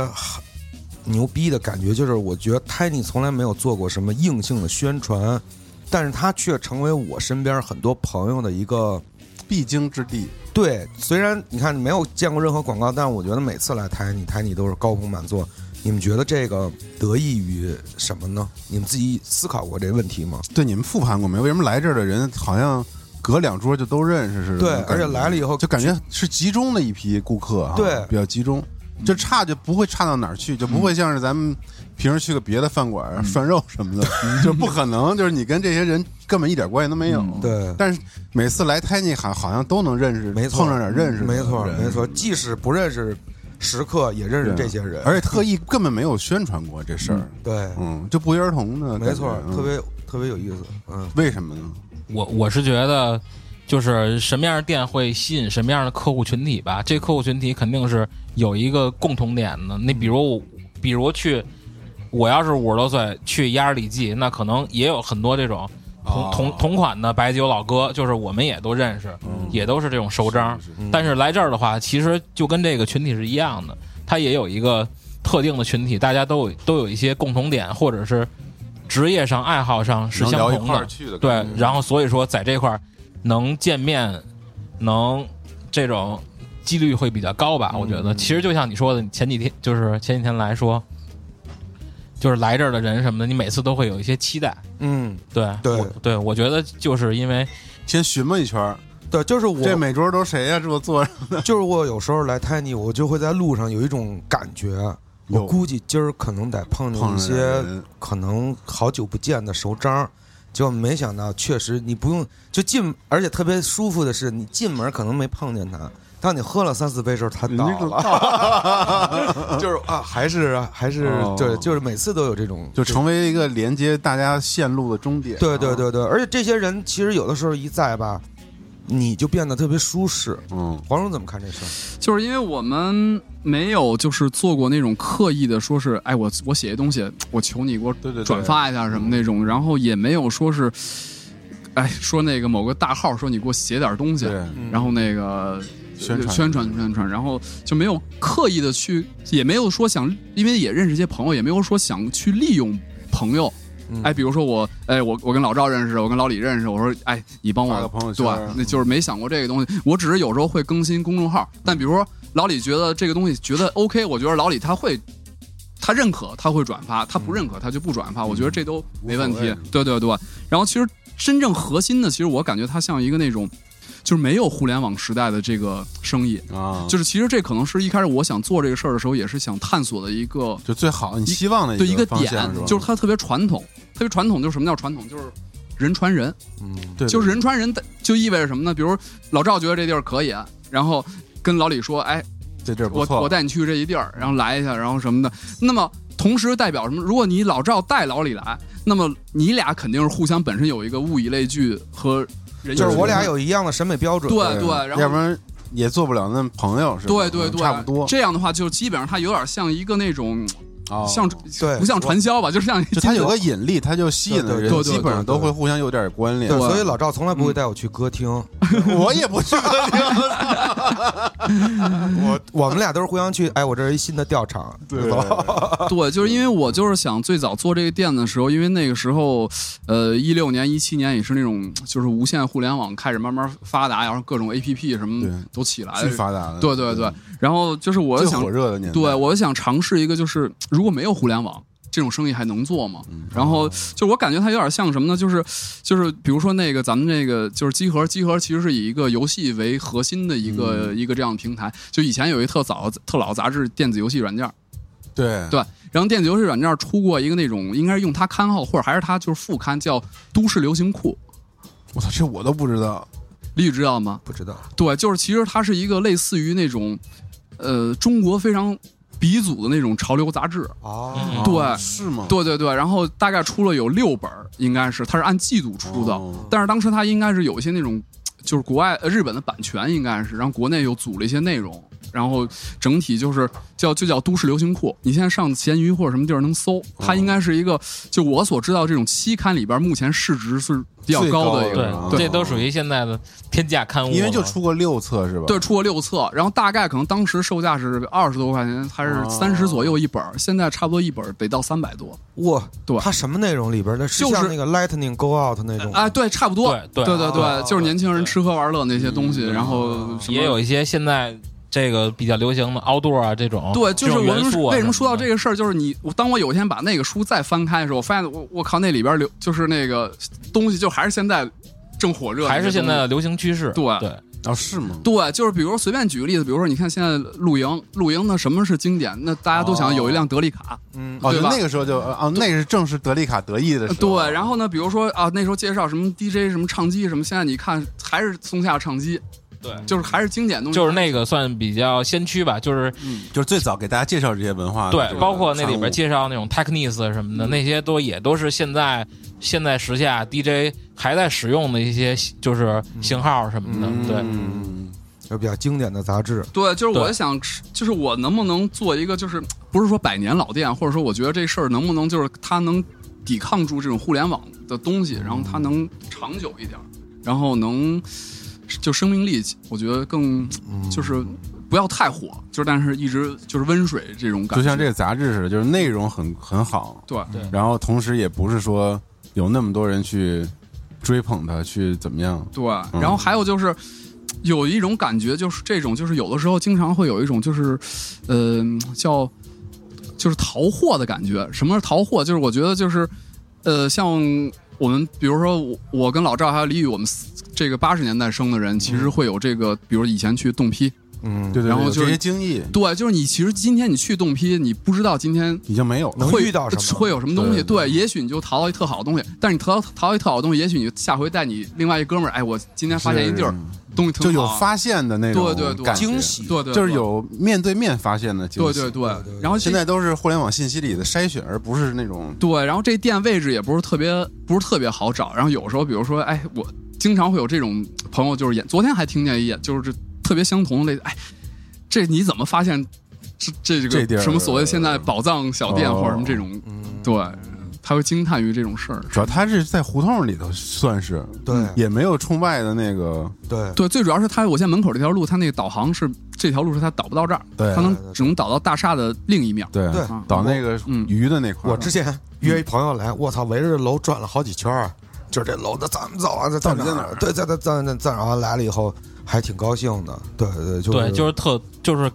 Speaker 1: 牛逼的感觉，就是我觉得 Tiny 从来没有做过什么硬性的宣传，但是他却成为我身边很多朋友的一个
Speaker 2: 必经之地。
Speaker 1: 对。虽然你看没有见过任何广告，但是我觉得每次来 Tiny Tiny 都是高朋满座。你们觉得这个得益于什么呢？你们自己思考过这个问题吗？
Speaker 2: 对，你们复盘过没？为什么来这儿的人好像隔两桌就都认识似的？
Speaker 1: 对
Speaker 2: 感觉
Speaker 1: 而且来了以后
Speaker 2: 就感觉是集中了一批顾客啊，
Speaker 1: 对
Speaker 2: 比较集中。就差就不会差到哪儿去，就不会像是咱们平时去个别的饭馆
Speaker 1: 嗯
Speaker 2: 儿涮肉
Speaker 1: (laughs)
Speaker 2: 什么的，就不可能。就是你跟这些人根本一点关系都没有。
Speaker 4: 嗯
Speaker 1: 对，
Speaker 2: 但是每次来 Tiny 好好像都能认识，
Speaker 1: 没错
Speaker 2: 碰上点认识的
Speaker 1: 没错，
Speaker 2: 人
Speaker 1: 没错。即使不认识食客，也认识
Speaker 2: 对啊
Speaker 1: 这些人，
Speaker 2: 而且特意根本没有宣传过这事儿，
Speaker 1: 对，
Speaker 2: 嗯，就不约而同的，
Speaker 1: 没错，
Speaker 2: 感觉
Speaker 1: 特。
Speaker 2: 嗯
Speaker 1: 别特别有意思，嗯。
Speaker 2: 为什么呢？
Speaker 3: 我我是觉得就是什么样的店会吸引什么样的客户群体吧。这客户群体肯定是有一个共同点的。你比如我，比如去，我要是五十多岁去鸭儿里记，那可能也有很多这种同、
Speaker 2: 哦
Speaker 3: 同同款的白酒老哥，就是我们也都认识，
Speaker 2: 嗯
Speaker 3: 也都是这种熟章。但是来这儿的话，其实就跟这个群体是一样的，它也有一个特定的群体，大家都有都有一些共同点，或者是职业上、爱好上是
Speaker 2: 能
Speaker 3: 相
Speaker 2: 聊一
Speaker 3: 同
Speaker 2: 块
Speaker 3: 的
Speaker 2: 儿。去的，
Speaker 3: 对，然后所以说在这块儿能见面，能这种几率会比较高吧？我
Speaker 4: 嗯
Speaker 3: 觉得，其实就像你说的，你前几天就是前几天来说，就是来这儿的人什么的，你每次都会有一些期待。
Speaker 1: 嗯，
Speaker 3: 对，
Speaker 1: 对
Speaker 3: 我对，我觉得就是因为
Speaker 2: 先寻摸一圈儿，
Speaker 1: 对，就是
Speaker 2: 这
Speaker 1: 我，
Speaker 2: 每桌都谁呀？这我坐着，
Speaker 1: 就是我有时候来泰尼，我就会在路上有一种感觉，我
Speaker 2: 有
Speaker 1: 估计今儿可能得碰见
Speaker 2: 碰
Speaker 1: 一
Speaker 2: 上
Speaker 1: 些
Speaker 2: 人
Speaker 1: 可能好久不见的熟章儿，结果没想到，确实你不用就进，而且特别舒服的是，你进门可能没碰见他，当你喝了三四杯时候，他
Speaker 2: 人
Speaker 1: 到
Speaker 2: 家就
Speaker 1: 了，就是啊，还是还是、
Speaker 2: 哦
Speaker 1: 对，就是每次都有这种，
Speaker 2: 就成为一个连接大家线路的终点。
Speaker 1: 对对，对对，而且这些人其实有的时候一在吧，你就变得特别舒适。
Speaker 2: 嗯，
Speaker 1: 黄蓉怎么看这事儿？
Speaker 4: 就是因为我们没有就是做过那种刻意的，说是哎我我写一东西，我求你给我
Speaker 2: 对对对
Speaker 4: 转发一下什么那种，然后也没有说是，哎说那个某个大号说你给我写点东西，
Speaker 2: 对，
Speaker 4: 然后那个呃
Speaker 2: 宣传
Speaker 4: 宣传宣传，然后就没有刻意的去，也没有说想，因为也认识一些朋友，也没有说想去利用朋友。
Speaker 1: 嗯
Speaker 4: 哎，比如说我，哎，我我跟老赵认识，我跟老李认识，我说，哎，你帮
Speaker 2: 发个
Speaker 4: 我
Speaker 2: 朋友圈啊
Speaker 4: 对，那就是没想过这个东西。我只是有时候会更新公众号，但比如说，老李觉得这个东西觉得 OK，我觉得老李他会，他认可他会转发，他不认可他就不转发，我觉得这都没问
Speaker 2: 嗯无所
Speaker 4: 题
Speaker 2: 谓。
Speaker 4: 对对对。然后其实真正核心的，其实我感觉它像一个那种，就是没有互联网时代的这个生意，
Speaker 2: 啊，
Speaker 4: 就是其实这可能是一开始我想做这个事儿的时候，也是想探索的一个
Speaker 2: 就最好你希望的
Speaker 4: 对一
Speaker 2: 个
Speaker 4: 个
Speaker 2: 方向
Speaker 4: 点
Speaker 2: 是吧，
Speaker 4: 就是它特别传统，特别传统就是什么叫传统，就是人传人。
Speaker 1: 嗯，
Speaker 2: 对
Speaker 4: 就是人传人，就意味着什么呢？比如老赵觉得这地儿可以，然后跟老李说：“哎，
Speaker 2: 这地儿不
Speaker 4: 我
Speaker 2: 错，
Speaker 4: 我带你去这一地儿，然后来一下，然后什么的。”那么同时代表什么？如果你老赵带老李来，那么你俩肯定是互相本身有一个物以类聚和人以
Speaker 1: 就是我
Speaker 4: 群
Speaker 1: 俩
Speaker 4: 分
Speaker 1: 有一样的审美标准，
Speaker 4: 对对，然后
Speaker 2: 要不然也做不了那么朋友是吧？
Speaker 4: 对对
Speaker 2: 嗯
Speaker 4: 对，
Speaker 2: 差不多，
Speaker 4: 这样的话，就基本上它有点像一个那种
Speaker 2: 哦
Speaker 4: 像
Speaker 1: 对
Speaker 4: 不像传销吧，就是像
Speaker 2: 就它有个引力，它就吸引的
Speaker 1: 对
Speaker 4: 对
Speaker 2: 人
Speaker 4: 对对
Speaker 2: 基本上都会互相有点关联
Speaker 1: 对，。
Speaker 4: 我嗯
Speaker 1: 所以老赵从来不会带我去歌厅，
Speaker 2: 我也不去歌厅，
Speaker 1: 我我们俩都是互相去。哎，我这是一新的调场，
Speaker 2: 对
Speaker 1: 走吧
Speaker 4: (laughs) 对，就是因为我就是想最早做这个店的时候，因为那个时候，呃，一六年、一七年也是那种就是无线互联网开始慢慢发达，然后各种 APP 什
Speaker 2: 对
Speaker 4: 么都起来
Speaker 2: 巨
Speaker 4: 了。
Speaker 2: 发达的，
Speaker 4: 对对对，，然后就是我
Speaker 2: 最
Speaker 4: 想
Speaker 2: 火，热的年代，
Speaker 4: 对我想尝试一个，就是如果没有互联网。这种生意还能做吗？
Speaker 2: 嗯
Speaker 4: 然后
Speaker 2: 哦
Speaker 4: 就我感觉它有点像什么呢？就是，就是比如说那个咱们这个就是集合，集合其实是以一个游戏为核心的一个、
Speaker 2: 嗯
Speaker 4: 一个这样的平台。就以前有一特早的特老的杂志《电子游戏软件》，
Speaker 2: 对
Speaker 4: 对，然后电子游戏软件出过一个那种，应该是用它刊号或者还是它就是副刊，叫《都市流行库
Speaker 2: 我操，这我都不知道，》，
Speaker 4: 李宇知道吗？
Speaker 1: 不知道，
Speaker 4: 对，就是其实它是一个类似于那种，呃，中国非常鼻祖的那种潮流杂志。
Speaker 1: 哦，
Speaker 4: 对
Speaker 2: 哦是吗？
Speaker 4: 对对对，然后大概出了有六本儿，应该是它是按季度出的，
Speaker 2: 哦
Speaker 4: 但是当时它应该是有一些那种，就是国外呃日本的版权应该是，然后国内又组了一些内容，然后整体就是叫就叫都市流行库。你现在上闲鱼或者什么地儿能搜，它应该是一个就我所知道这种期刊里边目前市值是啊比较
Speaker 2: 最高
Speaker 4: 高
Speaker 2: 的
Speaker 4: 的一个
Speaker 2: 是。吧
Speaker 3: 对，这都属于现在的天价刊物了嘛，
Speaker 2: 因为就出过六册是吧？
Speaker 4: 对，出过六册，然后大概可能当时售价是二十多块钱，还是
Speaker 2: 哦
Speaker 4: 三十左右一本儿，现在差不多一本儿得到三百多。
Speaker 1: 哇，
Speaker 4: 对
Speaker 1: 它什么内容里边的？是
Speaker 4: 就是
Speaker 1: 像那个 Lightning Go Out 那种，
Speaker 4: 哎，对，差不多。
Speaker 3: 对对
Speaker 4: 对对
Speaker 1: 啊
Speaker 4: 就是年轻人
Speaker 3: 对嗯
Speaker 4: 吃喝玩乐那些东西，然后什么
Speaker 3: 也有一些现在这个比较流行的 outdoor 啊这种，
Speaker 4: 对，就
Speaker 3: 这
Speaker 4: 是
Speaker 3: 种
Speaker 4: 我
Speaker 3: 元
Speaker 4: 们
Speaker 3: 素啊
Speaker 4: 为什么说到
Speaker 3: 的
Speaker 4: 这个事儿，就是你，我当我有一天把那个书再翻开的时候，我发现我我靠，那里边流就是那个东西，就还是现在正火热的那
Speaker 3: 还
Speaker 4: 些东西，
Speaker 3: 是现在的流行趋势，
Speaker 4: 对
Speaker 3: 对，
Speaker 2: 哦，是吗？
Speaker 4: 对，就是比如说随便举个例子，比如说你看现在露营，露营那什么是经典？那大家都
Speaker 3: 哦
Speaker 4: 想有一辆德利卡，
Speaker 1: 嗯，
Speaker 2: 哦，就
Speaker 4: 对吧
Speaker 2: 那个时候就哦，那是正是德利卡得意的时候。
Speaker 4: 呃对，然后呢，比如说啊，那时候介绍什么 DJ 什么唱机什么，现在你看还是松下唱机，
Speaker 3: 对
Speaker 4: 就是还是经典东西，嗯
Speaker 3: 就是那个算比较先驱吧，就是
Speaker 2: 就是最早给大家介绍这些文化的
Speaker 3: 对
Speaker 2: 这，个
Speaker 3: 包括那里
Speaker 2: 产
Speaker 3: 边
Speaker 2: 物
Speaker 3: 介绍那种 techniques 什么的，那些都也都是现在现在时下 DJ 还在使用的一些就是型号什么
Speaker 2: 嗯
Speaker 3: 的，对。
Speaker 2: 嗯
Speaker 1: 就比较经典的杂志，
Speaker 4: 对，就是我
Speaker 3: 对
Speaker 4: 想吃，就是我能不能做一个，就是不是说百年老店，或者说我觉得这事儿能不能就是它能抵抗住这种互联网的东西，然后
Speaker 2: 嗯
Speaker 4: 它能长久一点，然后能就生命力，我觉得更
Speaker 1: 嗯，
Speaker 4: 就是不要太火，就是但是一直就是温水这种感觉，
Speaker 2: 就像这个杂志似的，就是内容很很好，
Speaker 4: 对对
Speaker 2: 然后同时也不是说有那么多人去追捧它，去怎么样？
Speaker 4: 对，
Speaker 1: 嗯
Speaker 4: 然后还有就是。有一种感觉，就是这种，就是有的时候经常会有一种，就是，呃，叫就是淘货的感觉。什么是淘货？就是我觉得就是，呃，像我们，比如说我，我跟老赵还有李宇，我们四这个八十年代生的人，其实会有这个，比如以前去冻批，
Speaker 1: 嗯，
Speaker 2: 对对，
Speaker 4: 然后
Speaker 2: 有
Speaker 4: 就
Speaker 2: 这
Speaker 4: 是
Speaker 2: 些精益
Speaker 4: 对，就是你其实今天你去冻批，你不知道今天
Speaker 2: 已经没有了
Speaker 1: 能。
Speaker 4: 会呃
Speaker 1: 遇到什么
Speaker 4: 会有什么东西？
Speaker 2: 对
Speaker 4: 对，也许你就淘到一特好的东西，但是你淘到淘到一特好的东西，也许你下回带你另外一哥们儿，哎，我今天发现一地儿
Speaker 2: 是
Speaker 4: 东西特
Speaker 2: 就
Speaker 4: 好，
Speaker 2: 有发现的那种
Speaker 4: 对对对
Speaker 2: 感觉
Speaker 1: 惊，喜，
Speaker 4: 对对，
Speaker 2: 就是
Speaker 4: 对
Speaker 2: 有面对面发现的惊
Speaker 4: 对
Speaker 2: 喜。
Speaker 4: 对对
Speaker 1: 对对对，
Speaker 4: 然后这
Speaker 2: 现在都是互联网信息里的筛选，而不是那种
Speaker 4: 对，然后这店位置也不是特别不是特别好找，然后有时候比如说，哎，我经常会有这种朋友，就是也昨天还听见一眼，就是这特别相同的类，哎，这你怎么发现这这
Speaker 2: 这
Speaker 4: 这
Speaker 2: 地儿
Speaker 4: 个什么所谓现在宝藏小店
Speaker 2: 哦嗯
Speaker 4: 或者什么这种，
Speaker 1: 嗯，
Speaker 4: 对，他会惊叹于这种事儿。
Speaker 2: 主要它是在胡同里头，算是
Speaker 1: 对
Speaker 2: 也没有冲外的那个
Speaker 1: 对，
Speaker 4: 嗯对，最主要是他，我现在门口这条路，他那个导航是这条路是他导不到这儿，
Speaker 2: 对
Speaker 4: 他
Speaker 1: 对对
Speaker 4: 能只能导到大厦的另一面。
Speaker 2: 对
Speaker 1: 对
Speaker 2: 导那个
Speaker 4: 嗯
Speaker 2: 鱼的那块儿。
Speaker 1: 我之前约一朋友来，我操，围着楼转了好几圈儿，就是这楼的，咱们走啊，在在
Speaker 2: 到底在哪儿
Speaker 1: 对，在在在在在哪儿？然后来了以后，还挺高兴的。对对，就是
Speaker 3: 对，就是特就是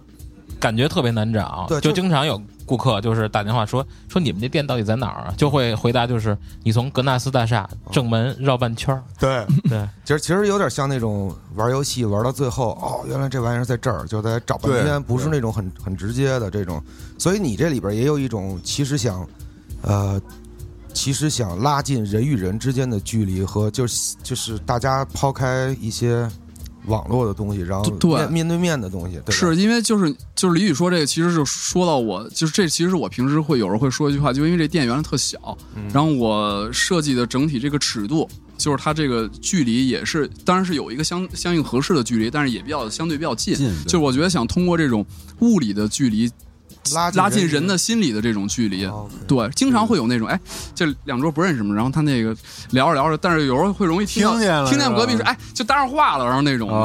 Speaker 3: 感觉特别难找，
Speaker 1: 对
Speaker 3: 就
Speaker 1: 就是
Speaker 3: 经常有顾客就是打电话说说你们这店到底在哪儿啊？就会回答就是你从格纳斯大厦正门绕半圈儿，
Speaker 1: 对，
Speaker 3: 对，
Speaker 1: 其实其实有点像那种玩游戏玩到最后，哦，原来这玩意儿在这儿，就在找半
Speaker 2: 对
Speaker 1: 天，不是那种很很直接的这种。所以你这里边也有一种其实想，呃，其实想拉近人与人之间的距离和就是就是大家抛开一些网络的东西，然后
Speaker 4: 对
Speaker 1: 面面对面的东西，对吧
Speaker 4: 是因为就是就是李宇说这个，其实是说到我，就是这其实是我平时会有时候会说一句话，就因为这店原来特小，然后我设计的整体这个尺度，就是它这个距离也是，当然是有一个相相应合适的距离，但是也比较相对比较近。
Speaker 2: 近对
Speaker 4: 就是我觉得想通过这种物理的距离
Speaker 1: 拉
Speaker 4: 拉近
Speaker 1: 近
Speaker 4: 人的心理的这种距离。
Speaker 1: 哦，OK
Speaker 4: 对，经常会有那种，哎，这两桌不认识嘛，然后他那个聊着聊着，但是有时候会容易听到
Speaker 2: 听见了
Speaker 4: 听见隔壁
Speaker 2: 是
Speaker 4: 说，
Speaker 2: 吧
Speaker 4: 哎，就搭上话了，然后那种的，对，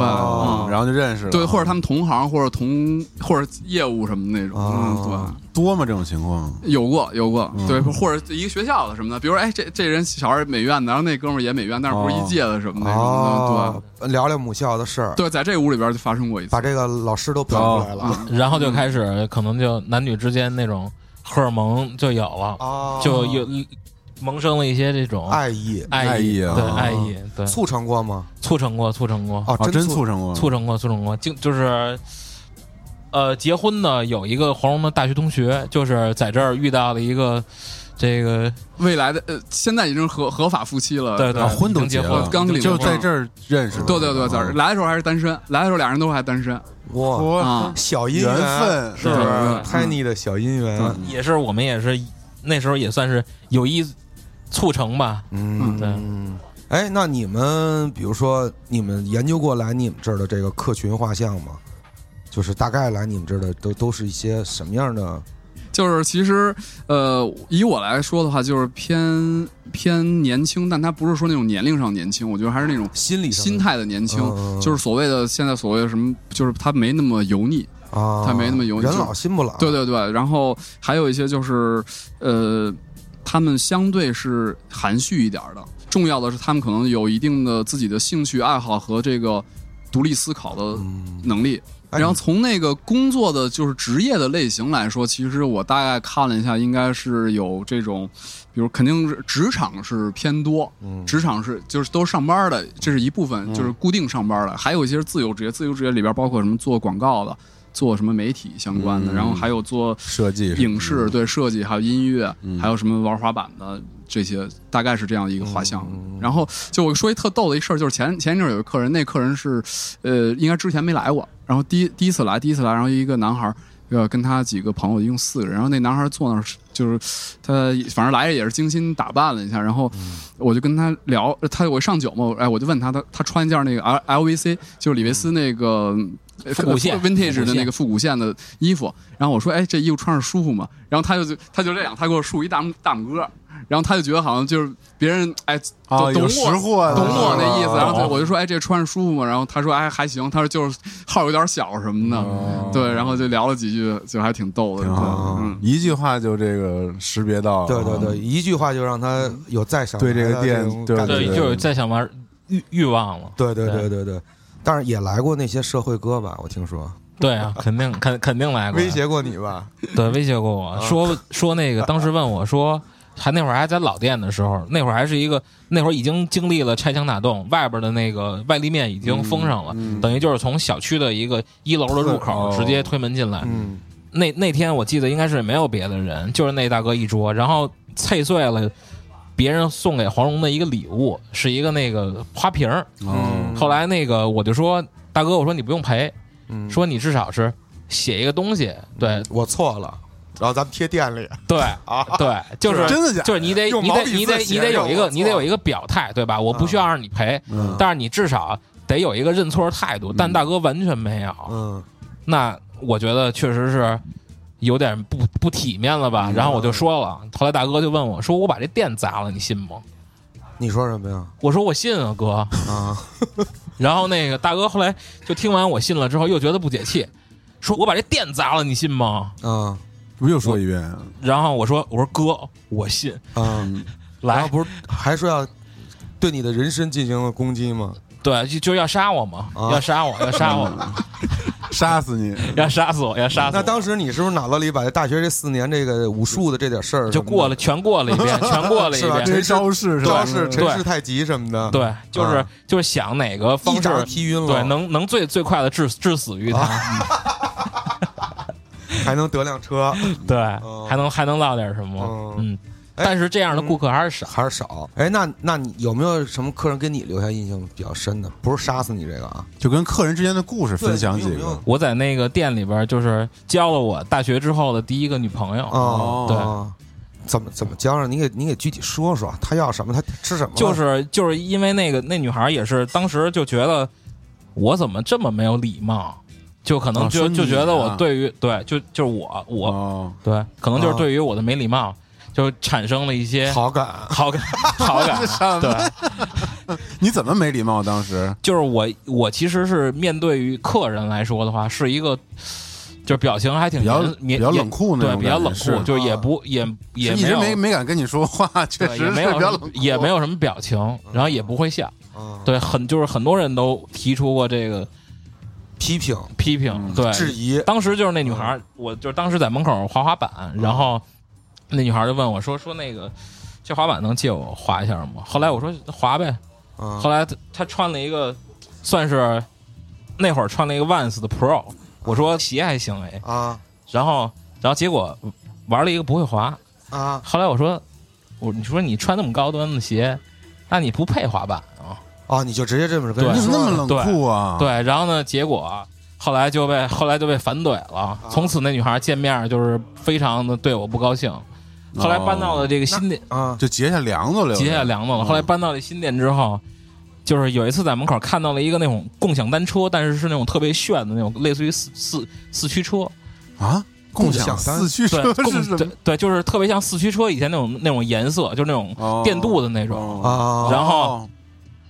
Speaker 4: 嗯
Speaker 2: 然后就认识了，
Speaker 4: 对，或者他们同行，或者同或者业务什么的那种，
Speaker 1: 哦嗯
Speaker 4: 嗯，
Speaker 2: 多吗？这种情况，
Speaker 4: 对，有过有过，对，或者一个学校的什么的，比如说，哎，这这人小孩美院的，然后那哥们儿也美院，但是不是一届的什么那种，
Speaker 1: 哦，聊聊母校的事儿
Speaker 4: 嗯，对对，在这屋里边就发生过一次
Speaker 1: 把，这个老师都盘出来了
Speaker 4: 嗯
Speaker 3: 然后就开始可能就男女之间那种荷尔蒙就有了，
Speaker 1: 哦，
Speaker 3: 就有萌生了一些这种
Speaker 1: 爱意
Speaker 3: 爱意，
Speaker 2: 爱意啊
Speaker 3: 对
Speaker 1: 哦
Speaker 3: 爱意，对，
Speaker 1: 促成过吗？
Speaker 3: 促成过，促成过，
Speaker 1: 哦
Speaker 2: 啊，，真
Speaker 1: 促
Speaker 2: 促成过，
Speaker 3: 促成过，促成过，经就是。呃，结婚呢，有一个黄蓉的大学同学，就是在这儿遇到了一个这个
Speaker 4: 未来的呃，现在已经合合法夫妻了，
Speaker 3: 对对
Speaker 2: 啊，婚都
Speaker 3: 已经
Speaker 2: 结
Speaker 3: 结婚
Speaker 2: 了，
Speaker 4: 了刚领
Speaker 2: 就
Speaker 4: 了婚
Speaker 2: 在这儿认识的，哦
Speaker 4: 对对对，
Speaker 1: 哦
Speaker 4: 在这儿来的时候还是单身，来的时候俩人都还单身，
Speaker 1: 哇，
Speaker 2: 哇
Speaker 4: 啊，
Speaker 1: 小姻
Speaker 2: 缘
Speaker 1: 缘
Speaker 2: 分
Speaker 1: 是不嗯是
Speaker 4: 对
Speaker 1: Tiny 的小姻缘？
Speaker 3: 也是我们也是那时候也算是有意促成吧，
Speaker 1: 嗯，
Speaker 3: 对
Speaker 1: 嗯。哎，那你们比如说，你们研究过来你们这儿的这个客群画像吗？就是大概来你们这儿的都都是一些什么样的？
Speaker 4: 就是其实，呃，以我来说的话，就是偏偏年轻，但他不是说那种年龄上年轻，我觉得还是那种
Speaker 1: 心理上的
Speaker 4: 心态的年轻，
Speaker 1: 嗯
Speaker 4: 就是所谓的现在所谓的什么，就是他没那么油腻，
Speaker 1: 啊，
Speaker 4: 他没那么油腻
Speaker 1: 人老心不老。
Speaker 4: 对对对。然后还有一些就是，呃，他们相对是含蓄一点儿的。重要的是，他们可能有一定的自己的兴趣爱好和这个独立思考的能力。
Speaker 1: 哎
Speaker 4: 然后从那个工作的就是职业的类型来说，其实我大概看了一下，应该是有这种，比如肯定是职场是偏多，职场是就是都是上班的，这是一部分，就是固定上班的，还有一些是自由职业，自由职业里边包括什么做广告的，做什么媒体相关的，
Speaker 2: 嗯
Speaker 4: 然后还有做
Speaker 2: 设计什么的
Speaker 4: 影视对设计，还有音乐，还有什么玩滑板的这些，大概是这样一个画像。然后就我说一特逗的一事儿，就是前前一阵儿有一个客人，那客人是呃，应该之前没来过，然后第一第一次来，第一次来，然后一个男孩儿。呃，跟他几个朋友一共四个人，然后那男孩儿坐那儿，就是他反正来也是精心打扮了一下，然后我就跟他聊，他我上酒嘛，我哎，我就问他，他他穿一件那个 L L V C，就是李维斯那个呃
Speaker 3: 复古线
Speaker 4: vintage
Speaker 3: 复古
Speaker 4: 的
Speaker 3: 线
Speaker 4: 那个复古线的衣服，然后我说，哎，这衣服穿上舒服吗？然后他就他就这样，他给我竖一大拇大拇哥，然后他就觉得好像就是别人哎
Speaker 2: 啊
Speaker 4: 懂懂
Speaker 2: 有
Speaker 4: 我
Speaker 2: 识货的
Speaker 4: 懂我那意思，
Speaker 2: 啊
Speaker 4: 然后他我就说，哎，这穿着舒服吗？然后他说，哎，还行，他说就是号有点小什么的，嗯对，然后就聊了几句，就还挺逗
Speaker 2: 哦
Speaker 4: 的，
Speaker 2: 挺
Speaker 4: 对
Speaker 2: 好
Speaker 4: 嗯，
Speaker 2: 一句话就这个识别到了，
Speaker 1: 对对对，一句话就让他有再想
Speaker 2: 对这个
Speaker 1: 来的
Speaker 2: 店
Speaker 1: 种
Speaker 2: 对
Speaker 1: 感
Speaker 2: 对
Speaker 3: 对，
Speaker 1: 觉
Speaker 3: 就有在想玩欲欲望了，
Speaker 1: 对对对
Speaker 3: 对
Speaker 1: 对对。但是也来过那些社会哥吧，我听说
Speaker 3: 对啊，肯定肯肯定来过，
Speaker 1: 威胁过你吧？
Speaker 3: 对威胁过我说说那个当时问我说。还那会儿还在老店的时候，那会儿还是一个，那会儿已经经历了拆墙打洞，外边的那个外立面已经封上了，
Speaker 2: 嗯
Speaker 3: 等于就是从小区的一个一楼的入口
Speaker 2: 哦
Speaker 3: 直接推门进来。
Speaker 1: 嗯，
Speaker 3: 那那天我记得应该是没有别的人，就是那大哥一桌，然后碎碎了别人送给黄蓉的一个礼物，是一个那个花瓶儿。
Speaker 2: 嗯，
Speaker 3: 后来那个我就说，大哥，我说你不用赔，
Speaker 1: 嗯
Speaker 3: 说你至少是写一个东西，对
Speaker 1: 我错了，然后咱们贴店里。
Speaker 3: 对
Speaker 1: 啊
Speaker 3: 对，
Speaker 1: (laughs)
Speaker 3: 就是
Speaker 2: 真的假的
Speaker 3: 就是你得
Speaker 1: 用
Speaker 3: 你
Speaker 1: 毛
Speaker 3: 得
Speaker 1: 笔
Speaker 3: 你得
Speaker 1: 字写
Speaker 3: 你得有一
Speaker 1: 让我嗯
Speaker 3: 个
Speaker 1: 错
Speaker 3: 你得有一个表态，对吧？我不需要让你赔，但是你至少得有一个认错态度。但大哥完全没有，
Speaker 1: 嗯，
Speaker 3: 那我觉得确实是有点不不体面了
Speaker 1: 嗯
Speaker 3: 吧。然后我就说了，后来大哥就问我说：“我把这店砸了，你信吗
Speaker 1: 你说什么呀？？”
Speaker 3: 我说：“我信啊，哥。 (laughs)
Speaker 1: 啊，”
Speaker 3: 然后那个大哥后来就听完我信了之后，又觉得不解气，说：“我把这店砸了，你信吗 (laughs)
Speaker 1: 啊
Speaker 2: 不又说一遍，？”
Speaker 3: 然后我说：“我说哥，我信。
Speaker 1: 啊！
Speaker 3: 来，
Speaker 1: 不是还说要对你的人身进行了攻击吗？
Speaker 3: 对，就就是要杀我嘛，
Speaker 1: 啊嗯
Speaker 3: 要杀我，要杀我，
Speaker 2: 杀死
Speaker 4: (laughs)
Speaker 2: 你！
Speaker 3: 要杀死我，要杀死
Speaker 1: 那
Speaker 3: 我。
Speaker 1: 当时你是不是脑子里把大学这四年这个武术的这点事儿
Speaker 3: 就过
Speaker 1: 了？
Speaker 3: 了，全过了一遍，全过了
Speaker 1: (laughs)
Speaker 3: 一
Speaker 1: 是吧
Speaker 3: 遍。
Speaker 2: 这招式是吧
Speaker 1: 招？式、陈
Speaker 3: 对
Speaker 1: 氏太极什么的，，
Speaker 3: 对，就是、
Speaker 1: 啊
Speaker 3: 就是想哪个方
Speaker 1: 一掌
Speaker 3: 式，
Speaker 1: 踢晕了，
Speaker 3: 对，
Speaker 2: 哦
Speaker 3: 能能最最快的致致死于他，
Speaker 2: 啊
Speaker 1: 还能得辆车，
Speaker 3: (laughs) 嗯对，
Speaker 1: 哦
Speaker 3: 还能还能落点什么
Speaker 1: 哦，
Speaker 3: 嗯。
Speaker 1: 哎
Speaker 3: 但是这样的顾客还是少，
Speaker 1: 还是少。哎，那那你有没有什么客人给你留下印象比较深的？不是杀死你这个啊，
Speaker 2: 就跟客人之间的故事分享
Speaker 1: 对
Speaker 2: 几
Speaker 1: 你有没有
Speaker 2: 个。
Speaker 3: 我在那个店里边就是交了我大学之后的第一个女朋友，
Speaker 1: 哦，对，怎么怎么教上？你给你给具体说说，他要什么，他吃什么？
Speaker 3: 就是就是因为那个那女孩也是当时就觉得我怎么这么没有礼貌，就可能
Speaker 2: 哦
Speaker 3: 就、
Speaker 2: 说你
Speaker 3: 就觉得我
Speaker 2: 啊
Speaker 3: 对于对就就是我我、
Speaker 2: 哦，
Speaker 3: 对可能就是
Speaker 1: 啊
Speaker 3: 对于我的没礼貌，就产生了一些
Speaker 1: 好感，
Speaker 3: 好感好
Speaker 2: (laughs)
Speaker 3: 感，对，
Speaker 2: 你怎么没礼貌？当时
Speaker 3: 就是我我其实是面对于客人来说的话，是一个就是表情还挺
Speaker 2: 比较
Speaker 3: 严
Speaker 2: 比较
Speaker 3: 严
Speaker 2: 冷酷那
Speaker 3: 对
Speaker 2: 种感觉，
Speaker 3: 比较冷
Speaker 2: 是
Speaker 3: 酷，就是也
Speaker 1: 啊
Speaker 3: 不也也
Speaker 2: 一直
Speaker 3: 有
Speaker 2: 没没敢跟你说话，确
Speaker 3: 对
Speaker 2: 实
Speaker 3: 也
Speaker 2: 是
Speaker 3: 没
Speaker 2: 比较冷
Speaker 3: 有
Speaker 2: 酷，嗯
Speaker 3: 也没有什么表情，然后也不会笑。
Speaker 1: 嗯，
Speaker 3: 对，很就是很多人都提出过这个
Speaker 1: 批评、
Speaker 3: 批评，
Speaker 2: 嗯
Speaker 3: 对，
Speaker 1: 质疑，
Speaker 3: 当时就是那女孩儿，我就是当时在门口滑滑板，
Speaker 2: 嗯
Speaker 3: 然后那女孩儿就问我说说那个这滑板能借我滑一下吗？后来我说滑呗，
Speaker 1: 嗯
Speaker 3: 后来她她穿了一个算是那会儿穿了一个 Vans 的 Pro，我说鞋还行哎，
Speaker 1: 啊
Speaker 3: 然后然后结果玩了一个不会滑，
Speaker 1: 啊，
Speaker 3: 后来我说我你说你穿那么高端的鞋，那你不配滑板啊？
Speaker 1: 哦，你就直接这么跟
Speaker 3: 对
Speaker 1: 人
Speaker 2: 你
Speaker 1: 说
Speaker 2: 怎
Speaker 1: 了
Speaker 2: 么那么冷酷啊？，
Speaker 3: 对，然后呢，结果后来就被后来就被反怼了。从此那女孩见面就是非常的对我不高兴。后来搬到了这个新店，
Speaker 1: 啊
Speaker 2: 哦就结下梁子了，
Speaker 3: 结下梁子
Speaker 2: 嗯
Speaker 3: 了。后来搬到了新店之后，就是有一次在门口看到了一个那种共享单车，但是是那种特别炫的那种，类似于四四四驱车，
Speaker 2: 啊！共享
Speaker 1: 共享单
Speaker 2: 四驱
Speaker 3: 对
Speaker 2: 车，
Speaker 3: (laughs) 共
Speaker 2: 是什
Speaker 3: 对
Speaker 2: 么？
Speaker 3: 对，就是特别像四驱车以前那种那种颜色，就是那种
Speaker 2: 哦
Speaker 3: 电镀的那种。
Speaker 2: 哦
Speaker 1: 啊
Speaker 3: 然后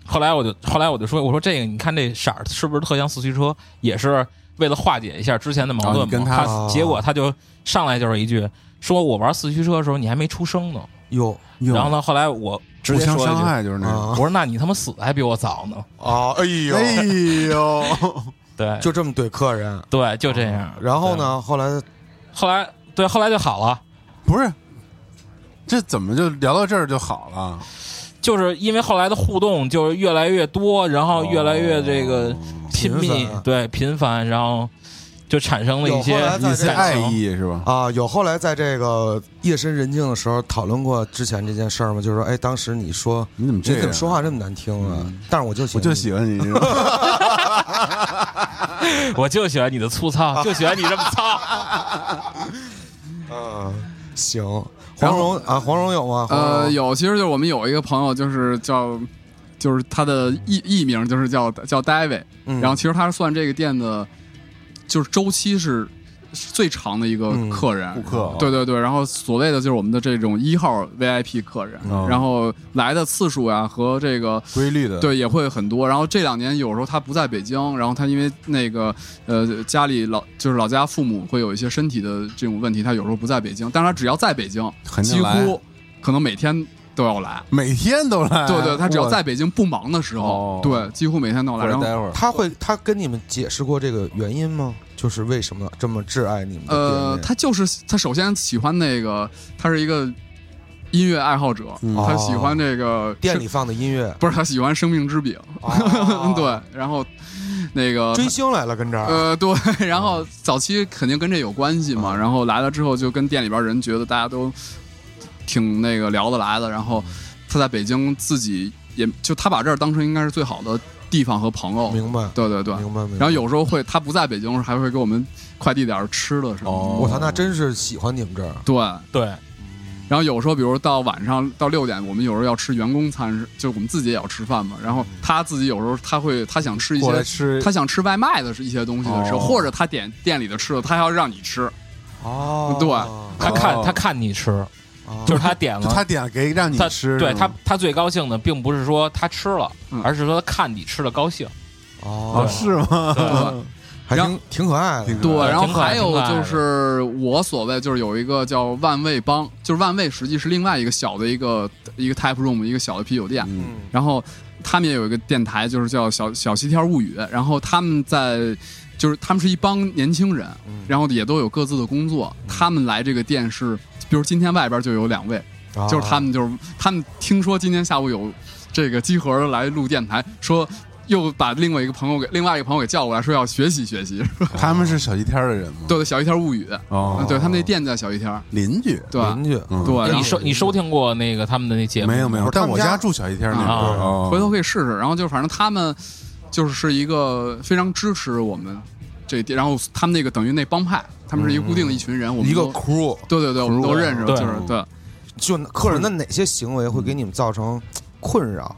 Speaker 3: 后来我就后来我就说，我说这个你看这色儿是不是特像四驱车？也是为了化解一下之前的矛
Speaker 2: 啊
Speaker 3: 盾
Speaker 2: 你
Speaker 3: 嘛。
Speaker 2: 跟他
Speaker 1: 哦
Speaker 3: 结果他就上来就是一句，说我玩四驱车的时候你还没出生呢。
Speaker 1: 哟
Speaker 2: 哟
Speaker 3: 然后呢，后来我直
Speaker 2: 互
Speaker 3: 接
Speaker 2: 相
Speaker 3: 说了一
Speaker 2: 伤
Speaker 3: 句，
Speaker 2: 害就是那种。
Speaker 3: 我
Speaker 1: 啊
Speaker 3: 说那你他妈死的还比我早呢。
Speaker 1: 啊，哎呦，
Speaker 2: 哎呦， (laughs)
Speaker 3: 对，
Speaker 1: 就这么怼客人，
Speaker 3: 对，就这样。
Speaker 1: 哦然后呢，后来
Speaker 3: 对？后来对，后来就好了。
Speaker 2: 不是，这怎么就聊到这儿就好了？
Speaker 3: 就是因为后来的互动就是越来越多，然后越来越这个亲密
Speaker 1: 哦频，繁
Speaker 3: 对频繁，然后就产生了一些
Speaker 1: 有后来在
Speaker 2: 一
Speaker 3: 感
Speaker 2: 些
Speaker 3: 情
Speaker 2: 爱意是吧？
Speaker 1: 啊，有后来在这个夜深人静的时候讨论过之前这件事儿吗？就是说，哎，当时你说
Speaker 2: 你怎么
Speaker 1: 你
Speaker 2: 这
Speaker 1: 怎
Speaker 2: 样
Speaker 1: 么说？话这么难听啊？但是我就喜
Speaker 2: 我
Speaker 1: 欢
Speaker 2: 就
Speaker 1: 你
Speaker 2: 喜欢你，是吧
Speaker 3: (laughs) 我就喜欢你的粗糙，就喜欢你这么糙。
Speaker 1: (laughs) 行。黄蓉啊，黄蓉有吗？黄蓉
Speaker 4: 呃，有，其实就是我们有一个朋友，就是叫，就是他的艺艺名就是叫叫 David，、
Speaker 1: 嗯
Speaker 4: 然后其实他是算这个店的，就是周期是是最长的一个
Speaker 1: 嗯
Speaker 4: 客人，
Speaker 2: 顾客
Speaker 4: 对对对，然后所谓的就是我们的这种一号 VIP 客人，
Speaker 2: 哦
Speaker 4: 然后来的次数呀、和这个
Speaker 2: 规律的，
Speaker 4: 对也会很多。然后这两年有时候他不在北京，然后他因为那个呃家里老就是老家父母会有一些身体的这种问题，他有时候不在北京，但是他只要在北京，
Speaker 2: 肯定
Speaker 4: 几
Speaker 2: 来
Speaker 4: 乎可能每天都要来。
Speaker 2: 每天都来。
Speaker 4: 对对，他只要
Speaker 2: 我
Speaker 4: 在北京不忙的时
Speaker 2: 哦
Speaker 4: 候，对，几乎每天都
Speaker 2: 或
Speaker 4: 来。
Speaker 2: 者
Speaker 4: 然后
Speaker 2: 待会儿，
Speaker 1: 他会他跟你们解释过这个原因吗？就是为什么这么挚爱你们的店
Speaker 4: 呃
Speaker 1: 面？，
Speaker 4: 他就是他首先喜欢那个，他是一个音乐爱好者，
Speaker 2: 嗯
Speaker 4: 他喜欢这个
Speaker 1: 店
Speaker 4: 生
Speaker 1: 里放的音乐，
Speaker 4: 不是他喜欢生命之饼，
Speaker 1: 啊
Speaker 2: 哦
Speaker 4: (laughs) 对，然后那个
Speaker 1: 追星来了跟这儿，
Speaker 4: 呃对，然后早期肯定跟这有关系
Speaker 1: 啊
Speaker 4: 嘛，然后来了之后就跟店里边人觉得大家都挺那个聊得来的，然后
Speaker 1: 嗯
Speaker 4: 他在北京自己也就他把这儿当成应该是最好的地方和朋友，
Speaker 1: 明白
Speaker 4: 对对对，
Speaker 1: 明白明白。
Speaker 4: 然后有时候会他不在北京的时候还会给我们快递点儿吃的什么的。
Speaker 2: 哦
Speaker 1: 我操，那真是喜欢你们这儿啊
Speaker 4: 对，
Speaker 3: 对，
Speaker 4: 然后有时候，比如到晚上到六点，我们有时候要吃员工餐，就我们自己也要吃饭嘛。然后他自己有时候他会他想吃一
Speaker 2: 过来
Speaker 4: 些
Speaker 2: 吃
Speaker 4: 他想吃外卖的一些东西的时候，
Speaker 2: 哦
Speaker 4: 或者他点店里的吃的，他还要让你吃。
Speaker 1: 哦
Speaker 4: 对
Speaker 3: 他看
Speaker 2: 哦
Speaker 3: 他看你吃，
Speaker 1: 啊
Speaker 3: 就是他点
Speaker 2: 就他
Speaker 3: 了，
Speaker 2: 点给让你
Speaker 3: 他
Speaker 2: 吃，
Speaker 3: 对
Speaker 2: 是
Speaker 3: 他
Speaker 2: 吗
Speaker 3: 他最高兴的并不是说他吃了
Speaker 4: 嗯，
Speaker 3: 而是说他看你吃的
Speaker 1: (laughs)
Speaker 3: 高兴。
Speaker 1: 哦
Speaker 2: 哦是
Speaker 1: (laughs)
Speaker 2: 吗？
Speaker 4: 对
Speaker 1: 还
Speaker 4: 然
Speaker 1: 挺挺可爱的
Speaker 2: 挺
Speaker 4: 对，
Speaker 2: 嗯
Speaker 4: 然后
Speaker 3: 挺可爱
Speaker 4: 还有
Speaker 3: 挺可爱的
Speaker 4: 就是我所谓就是有一个叫万味帮，就是万味实际是另外一个小的一个一个 type room 一个小的啤酒店。
Speaker 2: 嗯
Speaker 4: 然后他们也有一个电台，就是叫小小西天物语。然后他们在，就是他们是一帮年轻人，然后也都有各自的工作。他们来这个店是，比如今天外边就有两位，
Speaker 1: 啊
Speaker 4: 就是他们就是他们听说今天下午有这个集合来录电台，说又把另外一个朋友给另外一个朋友给叫过来，说要学习学习。 (laughs)
Speaker 2: 他们是小西天的人吗？
Speaker 4: 对对，小一天物语，
Speaker 2: 哦，
Speaker 4: 对他们那店叫小一天，
Speaker 2: 邻居。
Speaker 4: 对吧
Speaker 1: 邻居，
Speaker 2: 嗯
Speaker 4: 对，然
Speaker 3: 哎你
Speaker 4: 后
Speaker 3: 收你收听过那个他们的那节目
Speaker 2: 没有没
Speaker 1: 不
Speaker 2: 有，
Speaker 1: 是他
Speaker 2: 但
Speaker 1: 们
Speaker 2: 我
Speaker 1: 家
Speaker 2: 家住小西天那
Speaker 4: 啊
Speaker 2: 会儿，哦
Speaker 4: 回头可以试试。然后就反正他们就是一个非常支持我们这地，然后他们那个等于那帮派，他们是一个固定的一群人，我们
Speaker 1: 一个
Speaker 4: 都
Speaker 1: crew，
Speaker 4: 对对对，我们都认识，
Speaker 3: 对
Speaker 4: 就是对。
Speaker 1: 就客人的
Speaker 4: 嗯
Speaker 1: 哪些行为会给你们造成困扰？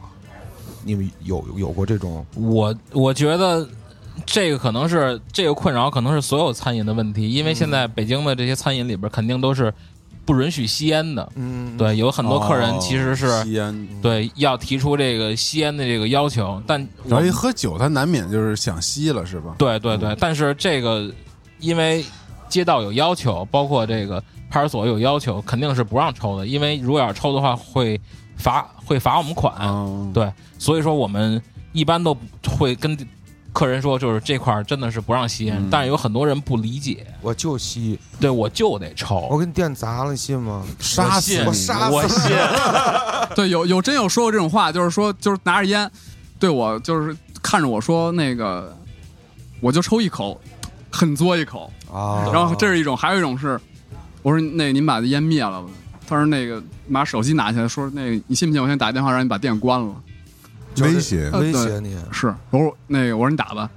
Speaker 1: 你们有有过这种
Speaker 3: 我我觉得这个可能是这个困扰，可能是所有餐饮的问题，因为现在北京的这些餐饮里边肯定都是不允许吸烟的。
Speaker 1: 嗯，
Speaker 3: 对，有很多客人
Speaker 2: 哦
Speaker 3: 其实是、
Speaker 2: 吸烟，
Speaker 3: 对要提出这个吸烟的这个要求，但我
Speaker 2: 然后一喝酒，他难免就是想吸了，是吧？
Speaker 3: 对对对，但是这个因为街道有要求，包括这个派出所有要求，肯定是不让抽的，因为如果要是抽的话会罚会罚我们款。
Speaker 2: 嗯，
Speaker 3: 对，所以说我们一般都会跟客人说，就是这块儿真的是不让吸烟，
Speaker 2: 嗯
Speaker 3: 但是有很多人不理解，
Speaker 1: 我就吸，
Speaker 3: 对我就得抽
Speaker 1: 我。给你店砸了，信吗？
Speaker 2: 杀死
Speaker 3: 信
Speaker 1: 哦我
Speaker 2: 你
Speaker 1: 杀
Speaker 3: 我
Speaker 1: 死 (laughs)
Speaker 3: 信，
Speaker 4: (laughs) 对，有有真有说过这种话，就是说，就是拿着烟，对我就是看着我说那个，我就抽一口，很嘬一口，
Speaker 1: 啊！
Speaker 4: 然后这是一种，还有一种是，我说那您把烟灭了吧。他说那个把手机拿起来，说那个你信不信我先打电话让你把电关了？
Speaker 1: 就是
Speaker 2: 威胁
Speaker 4: 呃
Speaker 1: 威胁
Speaker 4: (laughs)
Speaker 1: 你，
Speaker 4: 是，我说那个我说你打吧，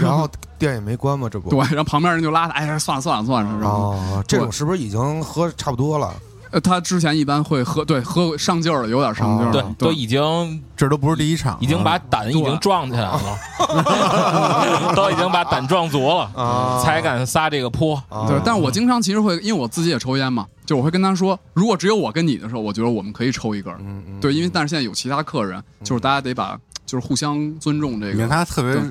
Speaker 1: 然后店也没关嘛，这不
Speaker 4: 对，然后旁边人就拉他，哎，算了算了算了，然后、
Speaker 1: 哦，这种是不是已经喝差不多了？
Speaker 4: 呃他之前一般会喝，对，喝上劲儿了，有点上劲儿
Speaker 3: 对
Speaker 4: 了，，
Speaker 3: 都已经
Speaker 2: 这都不是第一场了，
Speaker 3: 已经把胆已经撞起来了， (laughs) 都已经把胆撞足了
Speaker 1: 啊，
Speaker 3: 才敢撒这个泼。
Speaker 1: 啊
Speaker 4: 对，但是我经常其实会，因为我自己也抽烟嘛，就我会跟他说，如果只有我跟你的时候，我觉得我们可以抽一根儿，
Speaker 1: 嗯嗯
Speaker 4: 对，因为但是现在有其他客人，就是大家得把就是互相尊重这
Speaker 2: 你看
Speaker 4: 个，
Speaker 2: 他特别
Speaker 4: 对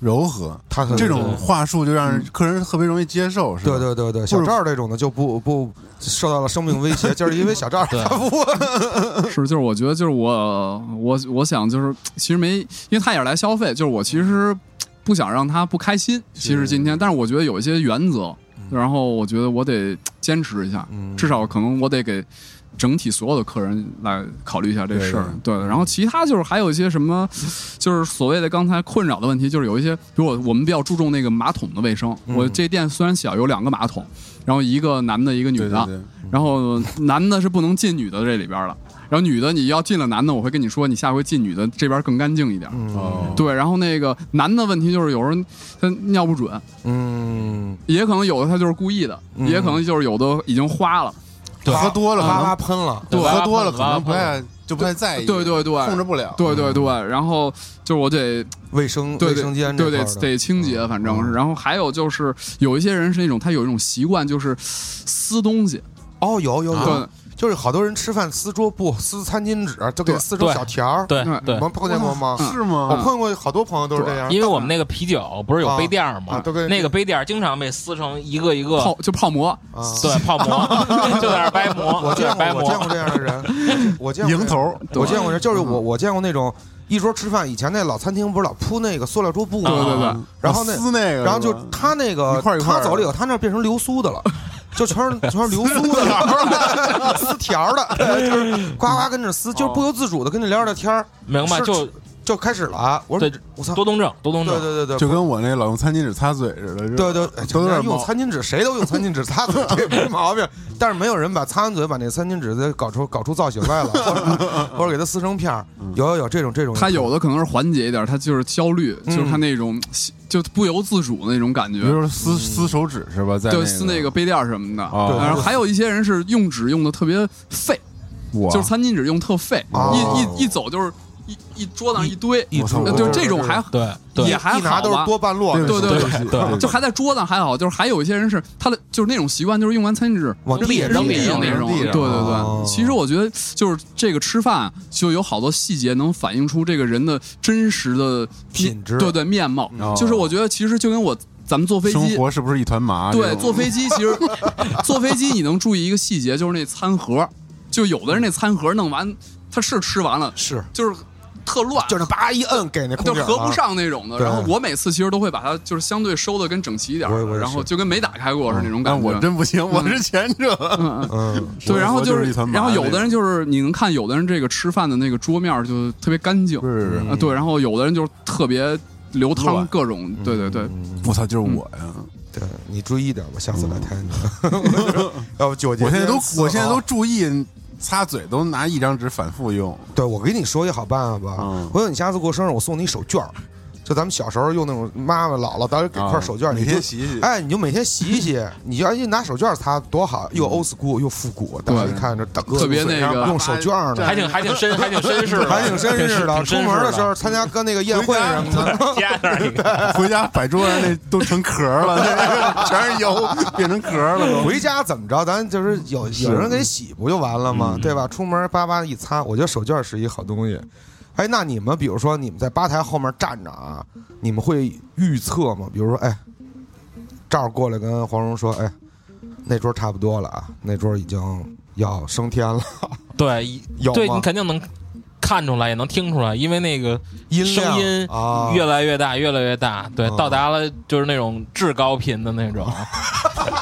Speaker 2: 柔和，
Speaker 1: 他很
Speaker 2: 这种话术就让
Speaker 4: 嗯
Speaker 2: 客人特别容易接受，是吧？
Speaker 1: 对对对对，
Speaker 2: 是
Speaker 1: 小赵这种的就不不受到了生命威胁， (laughs) 就是因为小赵
Speaker 3: 对
Speaker 1: 他不
Speaker 4: (laughs) 是就是我觉得就是我我我想就是其实没，因为他也是来消费，就是我其实不想让他不开心，其实今天，但是我觉得有一些原则，然后我觉得我得坚持一下，
Speaker 1: 嗯
Speaker 4: 至少可能我得给整体所有的客人来考虑一下这事儿。对，然后其他就是还有一些什么，就是所谓的刚才困扰的问题，就是有一些，比如我我们比较注重那个马桶的卫生。我这店虽然小，有两个马桶，然后一个男的，一个女
Speaker 2: 对
Speaker 4: 的，
Speaker 2: 对对，
Speaker 4: 然后男的是不能进女的这里边了。然后女的你要进了男的，我会跟你说，你下回进女的这边更干净一点。
Speaker 2: 哦，
Speaker 4: 对，然后那个男的问题就是有人他尿不准，
Speaker 1: 嗯，
Speaker 4: 也可能有的他就是故意的，也可能就是有的已经花
Speaker 1: 嗯
Speaker 4: 了。
Speaker 2: 对喝多了可
Speaker 1: 哇
Speaker 2: 能
Speaker 1: 哇啊喷了，
Speaker 4: 对
Speaker 2: 喝多了可
Speaker 3: 拉
Speaker 2: 能
Speaker 3: 拉
Speaker 2: 不太就不太在意，
Speaker 4: 对对对
Speaker 2: 控制不了，
Speaker 4: 对对对，然后就是我得
Speaker 1: 卫生嗯
Speaker 4: 对
Speaker 1: 卫
Speaker 4: 对
Speaker 1: 生间这
Speaker 4: 对
Speaker 1: 块
Speaker 4: 得
Speaker 1: 儿的嗯
Speaker 4: 得清洁，反正是。然后还有就是有一些人是那种他有一种习惯，就是撕东西，
Speaker 1: 哦有有有
Speaker 4: 对，
Speaker 1: 就是好多人吃饭撕桌布、撕餐巾纸，就给
Speaker 4: 对
Speaker 1: 撕成
Speaker 3: 对
Speaker 1: 小条儿。
Speaker 3: 对
Speaker 4: 嗯
Speaker 3: 对
Speaker 1: 你，们碰见过吗？
Speaker 2: 是
Speaker 1: 我
Speaker 2: 吗？
Speaker 1: 碰过好多朋友都是这样，
Speaker 3: 因为我们那个啤酒不是有杯垫儿
Speaker 1: 啊
Speaker 3: 吗
Speaker 1: 都跟？
Speaker 3: 那个杯垫儿经常被撕成一个一个
Speaker 4: 泡就泡馍，
Speaker 1: 啊
Speaker 3: 对
Speaker 1: (laughs)
Speaker 3: 泡馍，就在那儿掰馍，
Speaker 1: 我见
Speaker 3: 在那儿
Speaker 1: 过我
Speaker 3: 掰
Speaker 1: 见过
Speaker 3: 馍。
Speaker 1: 这样的 (laughs) 人，我见过
Speaker 2: 迎头，
Speaker 1: 我见过人，就是我我见过那种一桌吃饭，以前那老餐厅不是老铺那个塑料桌布吗？
Speaker 3: 对对对
Speaker 4: 嗯
Speaker 2: 啊
Speaker 1: 然后那
Speaker 2: 撕那个是吧，
Speaker 1: 然后就他那个
Speaker 2: 嗯一块儿一块儿
Speaker 1: 他
Speaker 2: 的
Speaker 1: 走了以后，他那儿变成流苏的了。 (laughs) 就全是全是流苏的
Speaker 2: (laughs)
Speaker 1: 了，撕条儿的，就是呱呱跟着撕，
Speaker 2: 哦
Speaker 1: 就不由自主的跟你聊着天儿，
Speaker 3: 明白，
Speaker 1: 是
Speaker 3: 就
Speaker 1: 就开始了啊。我说
Speaker 3: 对
Speaker 1: 我操，
Speaker 3: 多动症，多动
Speaker 1: 对
Speaker 3: 症。
Speaker 1: 对对
Speaker 2: 就
Speaker 1: 对，
Speaker 2: 跟我那老用餐巾纸擦嘴似的，是吧
Speaker 1: 对对，哎
Speaker 2: 都有点
Speaker 1: 用
Speaker 2: 毛
Speaker 1: 餐巾纸，谁都用餐巾纸擦嘴，这没毛
Speaker 2: (laughs)
Speaker 1: 病。但是没有人把擦完嘴把那餐巾纸再搞出搞出造型
Speaker 2: (laughs)
Speaker 1: 来了，或者或者给它撕成片儿。有有有这种这种，
Speaker 4: 他有的可能是缓解一点，他就是焦虑，
Speaker 1: 嗯
Speaker 4: 就是他那种就不由自主那种感
Speaker 2: 比如
Speaker 4: 觉，
Speaker 2: 说撕撕手指是吧？在
Speaker 4: 就嗯撕那个杯垫儿什么的。
Speaker 2: 哦
Speaker 4: 然后还有一些人是用纸用的特别废，
Speaker 2: 我
Speaker 4: 就是餐巾纸用特废，
Speaker 1: 哦
Speaker 4: 一一一走就是一一桌子上一堆，
Speaker 1: 一
Speaker 2: 我操
Speaker 1: 出
Speaker 4: 呃
Speaker 2: 我
Speaker 4: 就
Speaker 2: 知
Speaker 4: 这种还
Speaker 3: 对对
Speaker 4: 也还
Speaker 1: 一拿
Speaker 4: 好
Speaker 1: 都是
Speaker 4: 吧。
Speaker 1: 多半落，
Speaker 2: 对不起
Speaker 4: 啊对
Speaker 2: 对
Speaker 4: 对
Speaker 2: 不起
Speaker 3: 对
Speaker 2: 对不起
Speaker 4: 就还在桌子上还好，就是还有一些人是他的就是那种习惯，就是用完餐巾纸
Speaker 1: 往地
Speaker 4: 地
Speaker 1: 上
Speaker 4: 扔
Speaker 1: 地
Speaker 4: 上
Speaker 2: 上
Speaker 4: 那种。
Speaker 2: 地上
Speaker 4: 对对对
Speaker 1: 哦，
Speaker 4: 其实我觉得就是这个吃饭就有好多细节能反映出这个人的真实的
Speaker 1: 品质
Speaker 4: 对对面貌。
Speaker 2: 哦
Speaker 4: 就是我觉得其实就跟我咱们坐飞
Speaker 2: 生
Speaker 4: 机。
Speaker 2: 活是啊不是一团麻？
Speaker 4: 对，
Speaker 2: 做
Speaker 4: 坐飞机其实坐飞机你能注意一个细节，就是那餐盒，就有的人那餐盒弄完他是吃完了，
Speaker 1: 是
Speaker 4: 就是特乱，
Speaker 1: 就那叭一摁给那空
Speaker 4: 就
Speaker 1: 气
Speaker 4: 是
Speaker 1: 儿
Speaker 4: 合不
Speaker 1: 啊
Speaker 4: 上那种的。
Speaker 1: 对
Speaker 4: 然后我每次其实都会把它就是相对收的跟整齐一点儿
Speaker 1: 我也我也
Speaker 4: 的，
Speaker 1: 是
Speaker 4: 然后就跟没打开过是那种
Speaker 2: 但
Speaker 4: 感觉。
Speaker 2: 我真不行，我是前者。
Speaker 4: 嗯嗯
Speaker 1: 嗯，
Speaker 4: 对，然后
Speaker 2: 我就是
Speaker 4: 是
Speaker 2: 一团，麻
Speaker 4: 然后有
Speaker 2: 那
Speaker 4: 的人就是你能看，有的人这个吃饭的那个桌面儿就特别干净
Speaker 2: 不是
Speaker 3: 嗯
Speaker 4: 啊，对，然后有的人就是特别流汤，
Speaker 2: 乱
Speaker 4: 各种，对对对，
Speaker 1: 嗯
Speaker 2: 我操，就是我呀！
Speaker 1: 对你注意点吧，下次来泰
Speaker 2: (laughs)
Speaker 1: 尼，我就是要不九节
Speaker 2: 嗯我现在都
Speaker 1: 四
Speaker 2: 我现在都
Speaker 1: 号
Speaker 2: 注意擦嘴，都拿一张纸反复用。 (laughs)
Speaker 1: 对我跟你说一好办法吧
Speaker 2: 嗯，
Speaker 1: 我有你下次过生日，我送你一手绢儿，就咱们小时候用那种妈妈姥姥当时给块手绢儿，
Speaker 2: 每
Speaker 1: 你就
Speaker 2: 天洗洗。
Speaker 1: 哎，你就每天洗一
Speaker 2: (laughs)
Speaker 1: 洗，你就而且拿手绢擦多好，又 old school 又复古。当时一看这大哥
Speaker 4: 特别那个
Speaker 1: 用手绢呢，
Speaker 3: 还挺还挺绅还挺绅士的，
Speaker 1: (laughs) 还挺绅士的。
Speaker 3: 挺
Speaker 1: 出门的时候参加哥那个宴会什么的，
Speaker 3: 加那
Speaker 1: (laughs)
Speaker 3: 儿一个，
Speaker 2: 回家摆桌上那都成壳了， (laughs) 那全是油，变成壳了都。嗯
Speaker 1: 回家怎么着，咱就是有有人给洗不就完了吗？对吧？出门叭叭一擦，我觉得手绢是一好东西。哎，那你们比如说你们在吧台后面站着啊，你们会预测吗？比如说，哎，这儿过来跟黄蓉说，哎，那桌差不多了啊，那桌已经要升天了，
Speaker 3: 对，
Speaker 1: 有
Speaker 3: 对
Speaker 1: 吗
Speaker 3: 你肯定能看出来，也能听出来，因为那个
Speaker 1: 音
Speaker 3: 声
Speaker 1: 量
Speaker 3: 音
Speaker 1: 啊，
Speaker 3: 越来越大，越来越大，对，
Speaker 1: 哦
Speaker 3: 到达了就是那种至高频的那种，
Speaker 1: 啊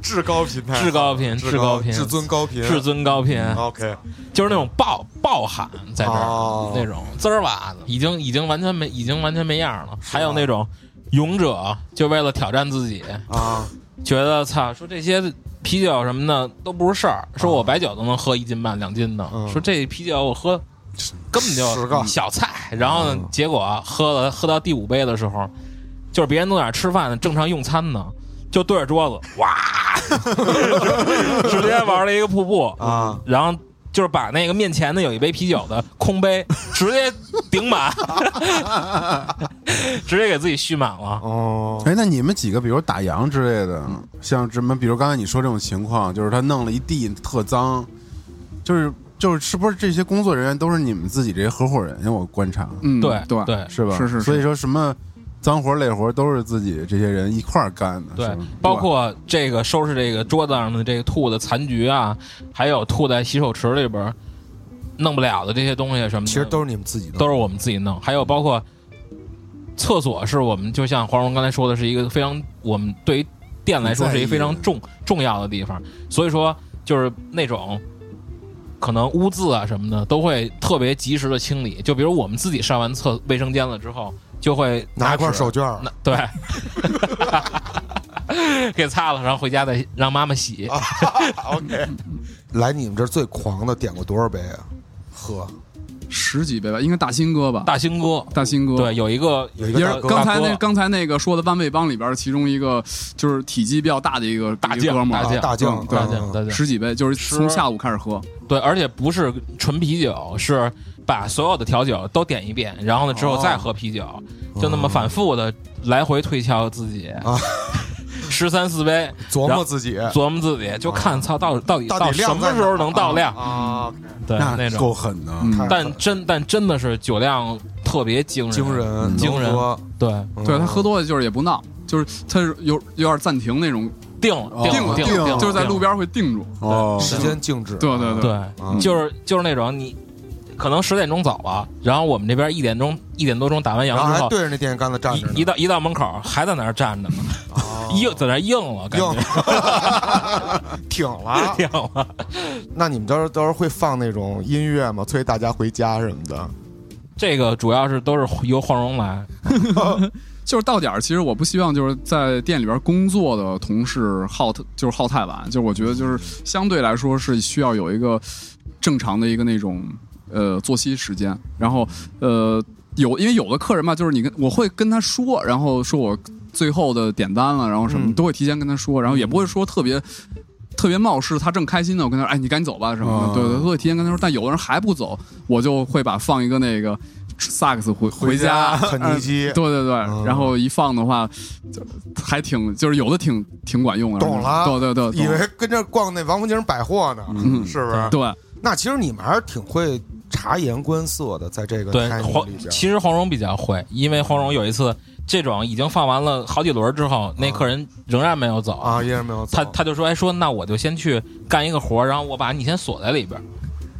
Speaker 1: 至高频态
Speaker 3: 至高频，
Speaker 1: 至
Speaker 3: 高频，
Speaker 1: 至尊高频，
Speaker 3: 至尊高频，
Speaker 1: OK，
Speaker 3: 就是那种爆爆喊在这儿、
Speaker 1: 哦
Speaker 3: 那种滋儿哇的，已经已经完全没已经完全没样儿了。还有那种勇者，就为了挑战自己，
Speaker 1: 啊，
Speaker 3: 觉得操，说这些啤酒什么的都不是事儿，说我白酒都能喝一斤半两斤的，
Speaker 1: 啊嗯
Speaker 3: 说这啤酒我喝根本
Speaker 1: 十个
Speaker 3: 就小菜。然后呢
Speaker 1: 嗯，
Speaker 3: 结果喝了喝到第五杯的时候，就是别人都在那儿吃饭呢，正常用餐呢，就对着桌子哇，
Speaker 1: (laughs)
Speaker 3: 直接玩了一个瀑布
Speaker 1: 啊，
Speaker 3: 然后。就是把那个面前的有一杯啤酒的空杯直接顶满，
Speaker 1: (laughs)
Speaker 3: 直接给自己续满了。 (laughs)
Speaker 1: 哦，
Speaker 2: 哎，那你们几个，比如打烊之类的，像什么，比如刚才你说这种情况，就是他弄了一地特脏，就是就是是不是这些工作人员都是你们自己这些合伙人？因为我观察，
Speaker 4: 嗯，
Speaker 3: 对
Speaker 4: 对
Speaker 3: 对，
Speaker 2: 是吧？
Speaker 4: 是是是
Speaker 2: 所以说什么脏活累活都是自己这些人一块儿干的，
Speaker 3: 对
Speaker 2: 是吧，
Speaker 3: 包括这个收拾这个桌子上的这个吐的残局啊，还有吐在洗手池里边儿弄不了的这些东西什么的，
Speaker 1: 其实都是你们自己的，
Speaker 3: 都是我们自己弄。还有包括厕所是我们，就像黄蓉刚才说的，是一个非常我们对于店来说是一个非常重重要的地方，所以说就是那种。可能污渍啊什么的都会特别及时的清理，就比如我们自己上完厕卫生间了之后，就会
Speaker 1: 拿一块
Speaker 3: 纸
Speaker 1: 手绢儿
Speaker 3: 那对， (laughs) 给擦了，然后回家再让妈妈洗。
Speaker 1: 啊，OK，来你们这儿最狂的点过多少杯啊？喝，
Speaker 4: 十几杯吧，应该大新哥吧，
Speaker 3: 大兴哥，
Speaker 4: 大新哥，
Speaker 3: 对，有一个
Speaker 1: 有一个
Speaker 4: 也是
Speaker 1: 大哥
Speaker 4: 刚才
Speaker 3: 大
Speaker 4: 那
Speaker 3: 哥
Speaker 4: 刚才那个说的万味帮里边儿其中一个，就是体积比较大的一个
Speaker 3: 大
Speaker 4: 一个
Speaker 3: 将
Speaker 4: 哥们儿
Speaker 3: 大
Speaker 4: 啊
Speaker 3: 将
Speaker 1: 大将
Speaker 4: 嗯
Speaker 3: 大
Speaker 1: 嗯
Speaker 3: 将大将
Speaker 4: 十几杯，就是从
Speaker 3: 十
Speaker 4: 下午开始喝，
Speaker 3: 对，而且不是纯啤酒，是把所有的调酒都点一遍，然后呢之
Speaker 1: 哦
Speaker 3: 后再喝啤酒，就那么反复的来回推敲自己
Speaker 1: 啊，
Speaker 3: 十三四
Speaker 1: (laughs)
Speaker 3: 杯
Speaker 1: 琢
Speaker 3: 然
Speaker 1: 磨
Speaker 3: 后
Speaker 1: 自己
Speaker 3: 琢磨自己，就看操到到底
Speaker 1: 啊到
Speaker 3: 到
Speaker 1: 底
Speaker 3: 什
Speaker 1: 量
Speaker 3: 么
Speaker 1: 在
Speaker 3: 时
Speaker 1: 哪
Speaker 3: 候
Speaker 1: 儿
Speaker 3: 能到量，
Speaker 1: 啊，OK，
Speaker 3: 对那
Speaker 2: 那够
Speaker 3: 种。
Speaker 2: 狠的。
Speaker 4: 嗯
Speaker 1: 太
Speaker 3: 但真但真的是酒量特别惊人，
Speaker 1: 嗯惊人，
Speaker 3: 嗯惊人
Speaker 1: 能喝，
Speaker 3: 对，
Speaker 4: 对他
Speaker 1: 嗯
Speaker 4: 喝多了就是也不闹，就是他是有有点暂停那种，
Speaker 3: 定了
Speaker 2: 哦
Speaker 3: 定
Speaker 4: 了
Speaker 3: 了
Speaker 2: 定
Speaker 3: 定
Speaker 2: 了
Speaker 3: 了，
Speaker 4: 就是在
Speaker 3: 定了
Speaker 4: 路边儿会定住，
Speaker 2: 哦，
Speaker 1: 时间静止，
Speaker 4: 对对
Speaker 3: 嗯对，
Speaker 1: 嗯
Speaker 3: 就是就是那种你可能十点钟走了，然后我们这边一点钟一点多钟打完烊
Speaker 1: 然后
Speaker 3: 之
Speaker 1: 还
Speaker 3: 后，
Speaker 1: 对着那电线杆子站着呢哦
Speaker 3: 一一到一到门口还在那儿站着呢，硬、在那儿硬了，感觉
Speaker 1: 硬 (laughs) 挺了。
Speaker 3: (laughs) 硬了。
Speaker 1: 那你们到时候到时候会放那种音乐吗？催大家回家什么的？
Speaker 3: 这个主要是都是由黄蓉来，
Speaker 4: 就是到点儿，其实我不希望就是在店里边工作的同事耗就是耗太晚，就是我觉得就是相对来说是需要有一个正常的一个那种呃作息时间，然后呃有因为有的客人嘛，就是你跟我会跟他说，然后说我最后的点单了，然后什么、
Speaker 1: 嗯
Speaker 4: 都会提前跟他说，然后也不会说特别。特别冒失，他正开心呢，我跟他说：“哎，你赶紧走吧，什么
Speaker 2: 哦
Speaker 4: 的。对对，都会提前跟他说。但有的人还不走，我就会把放一个那个萨克斯回
Speaker 1: 回
Speaker 4: 家，
Speaker 1: 肯尼基
Speaker 4: 对对对，
Speaker 1: 嗯
Speaker 4: 然后一放的话，就还挺就是有的挺挺管用的，
Speaker 1: 懂了
Speaker 4: 对对对，懂
Speaker 1: 以为跟这逛那王府井百货呢，
Speaker 4: 嗯
Speaker 1: 是不是？
Speaker 4: 对
Speaker 1: 那其实你们还是挺会察言观色的，在这个
Speaker 3: 对
Speaker 1: timing
Speaker 3: 黄
Speaker 1: 里边，
Speaker 3: 其实黄蓉比较会，因为黄蓉有一次这种已经放完了好几轮之后，那客人仍然没有走，
Speaker 1: 嗯啊，依然没有走
Speaker 3: 他他就说，哎，说那我就先去干一个活儿，然后我把你先锁在里边儿。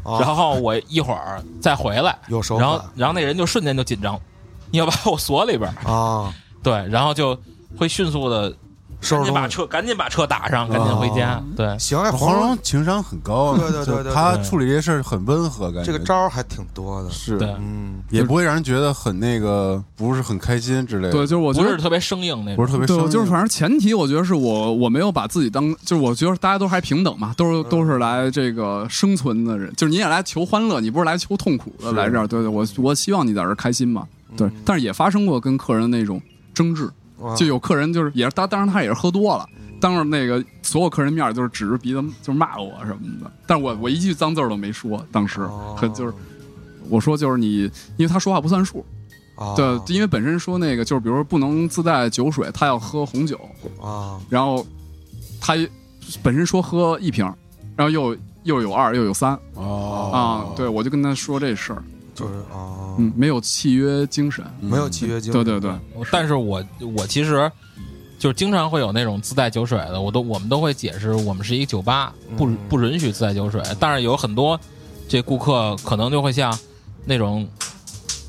Speaker 1: 啊
Speaker 3: 然后我一会儿再回来，
Speaker 1: 有手
Speaker 3: 然后
Speaker 1: 法
Speaker 3: 然后那人就瞬间就紧张，你要把我锁里边儿，
Speaker 1: 啊，
Speaker 3: 对，然后就会迅速的
Speaker 1: 收拾
Speaker 3: 赶紧把
Speaker 1: 东西。
Speaker 3: 车赶紧把车打上，赶紧回家，对。
Speaker 1: 行，哎，
Speaker 2: 嗯黄
Speaker 1: 黄蓉
Speaker 2: 蓉情商很高，啊
Speaker 1: 对对对
Speaker 2: 就
Speaker 1: 对
Speaker 2: 他
Speaker 3: 对
Speaker 2: 处理这事儿很温和，感觉
Speaker 1: 这个招儿还挺多的，
Speaker 2: 是
Speaker 3: 对
Speaker 1: 嗯，
Speaker 2: 也不会让人觉得很那个，不是很开心之类的，
Speaker 4: 对，就是我觉
Speaker 3: 不是
Speaker 4: 得。
Speaker 3: 特别生硬那
Speaker 2: 不是
Speaker 3: 种，
Speaker 2: 特别
Speaker 4: 对，
Speaker 2: 生硬，
Speaker 4: 就是反正前提，我觉得是我我没有把自己当，就是我觉得大家都还平等嘛，都是都是来这个生存的人，就是你也来求欢乐，你不是来求痛苦的，
Speaker 2: 是
Speaker 4: 来这儿，对对，我我希望你在这儿开心嘛，对，
Speaker 1: 嗯
Speaker 4: 但是也发生过跟客人那种争执，
Speaker 1: 啊嗯
Speaker 4: 就有客人就是也是他，当然他也是喝多了，当着那个所有客人面儿就是指着鼻子就是骂我什么的，但我我一句脏字儿都没说，当时
Speaker 1: 哦
Speaker 4: 可就是我说就是你，因为他说话不算数，
Speaker 1: 啊
Speaker 4: 对，因为本身说那个就是比如说不能自带酒水，他要喝红酒，
Speaker 1: 啊，
Speaker 4: 然后他本身说喝一瓶儿，然后又又有二又有三
Speaker 2: 哦
Speaker 4: 啊、对我就跟他说这事儿，
Speaker 1: 就是啊，
Speaker 4: 嗯，没有契约精神，
Speaker 2: 嗯
Speaker 1: 没有契约精
Speaker 4: 对
Speaker 1: 神，
Speaker 4: 对对，
Speaker 3: 我但是我我其实就是经常会有那种自带酒水的，我都我们都会解释，我们是一个酒吧，不
Speaker 1: 嗯
Speaker 3: 不允许自带酒水。但是有很多这顾客可能就会像那种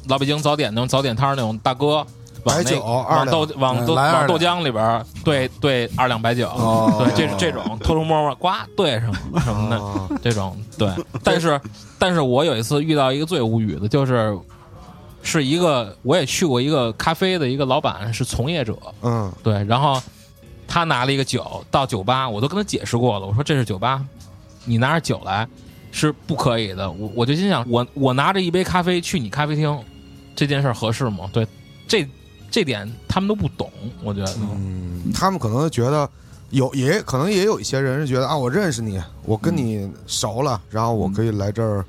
Speaker 3: 老北京早点那种早点摊儿那种大哥。往
Speaker 1: 白
Speaker 3: 那
Speaker 1: 酒二嗯
Speaker 3: 往豆往豆
Speaker 2: 来二两
Speaker 3: 往豆浆里边儿兑兑二两白酒，
Speaker 1: 哦
Speaker 3: 对这这种偷偷摸摸呱兑上什么的，
Speaker 1: 啊
Speaker 3: 这种对， (laughs) 但是但是我有一次遇到一个最无语的，就是是一个我也去过一个咖啡的一个老板是从业者，
Speaker 1: 嗯
Speaker 3: 对，然后他拿了一个酒到酒吧，我都跟他解释过了，我说这是酒吧，你拿着酒来是不可以的，我我就心想，我我拿着一杯咖啡去你咖啡厅，这件事儿合适吗？对，这这点他们都不懂，我觉得，
Speaker 1: 嗯，他们可能觉得有，也可能也有一些人是觉得啊，我认识你，我
Speaker 4: 嗯
Speaker 1: 跟你熟了，然后我可以来这儿，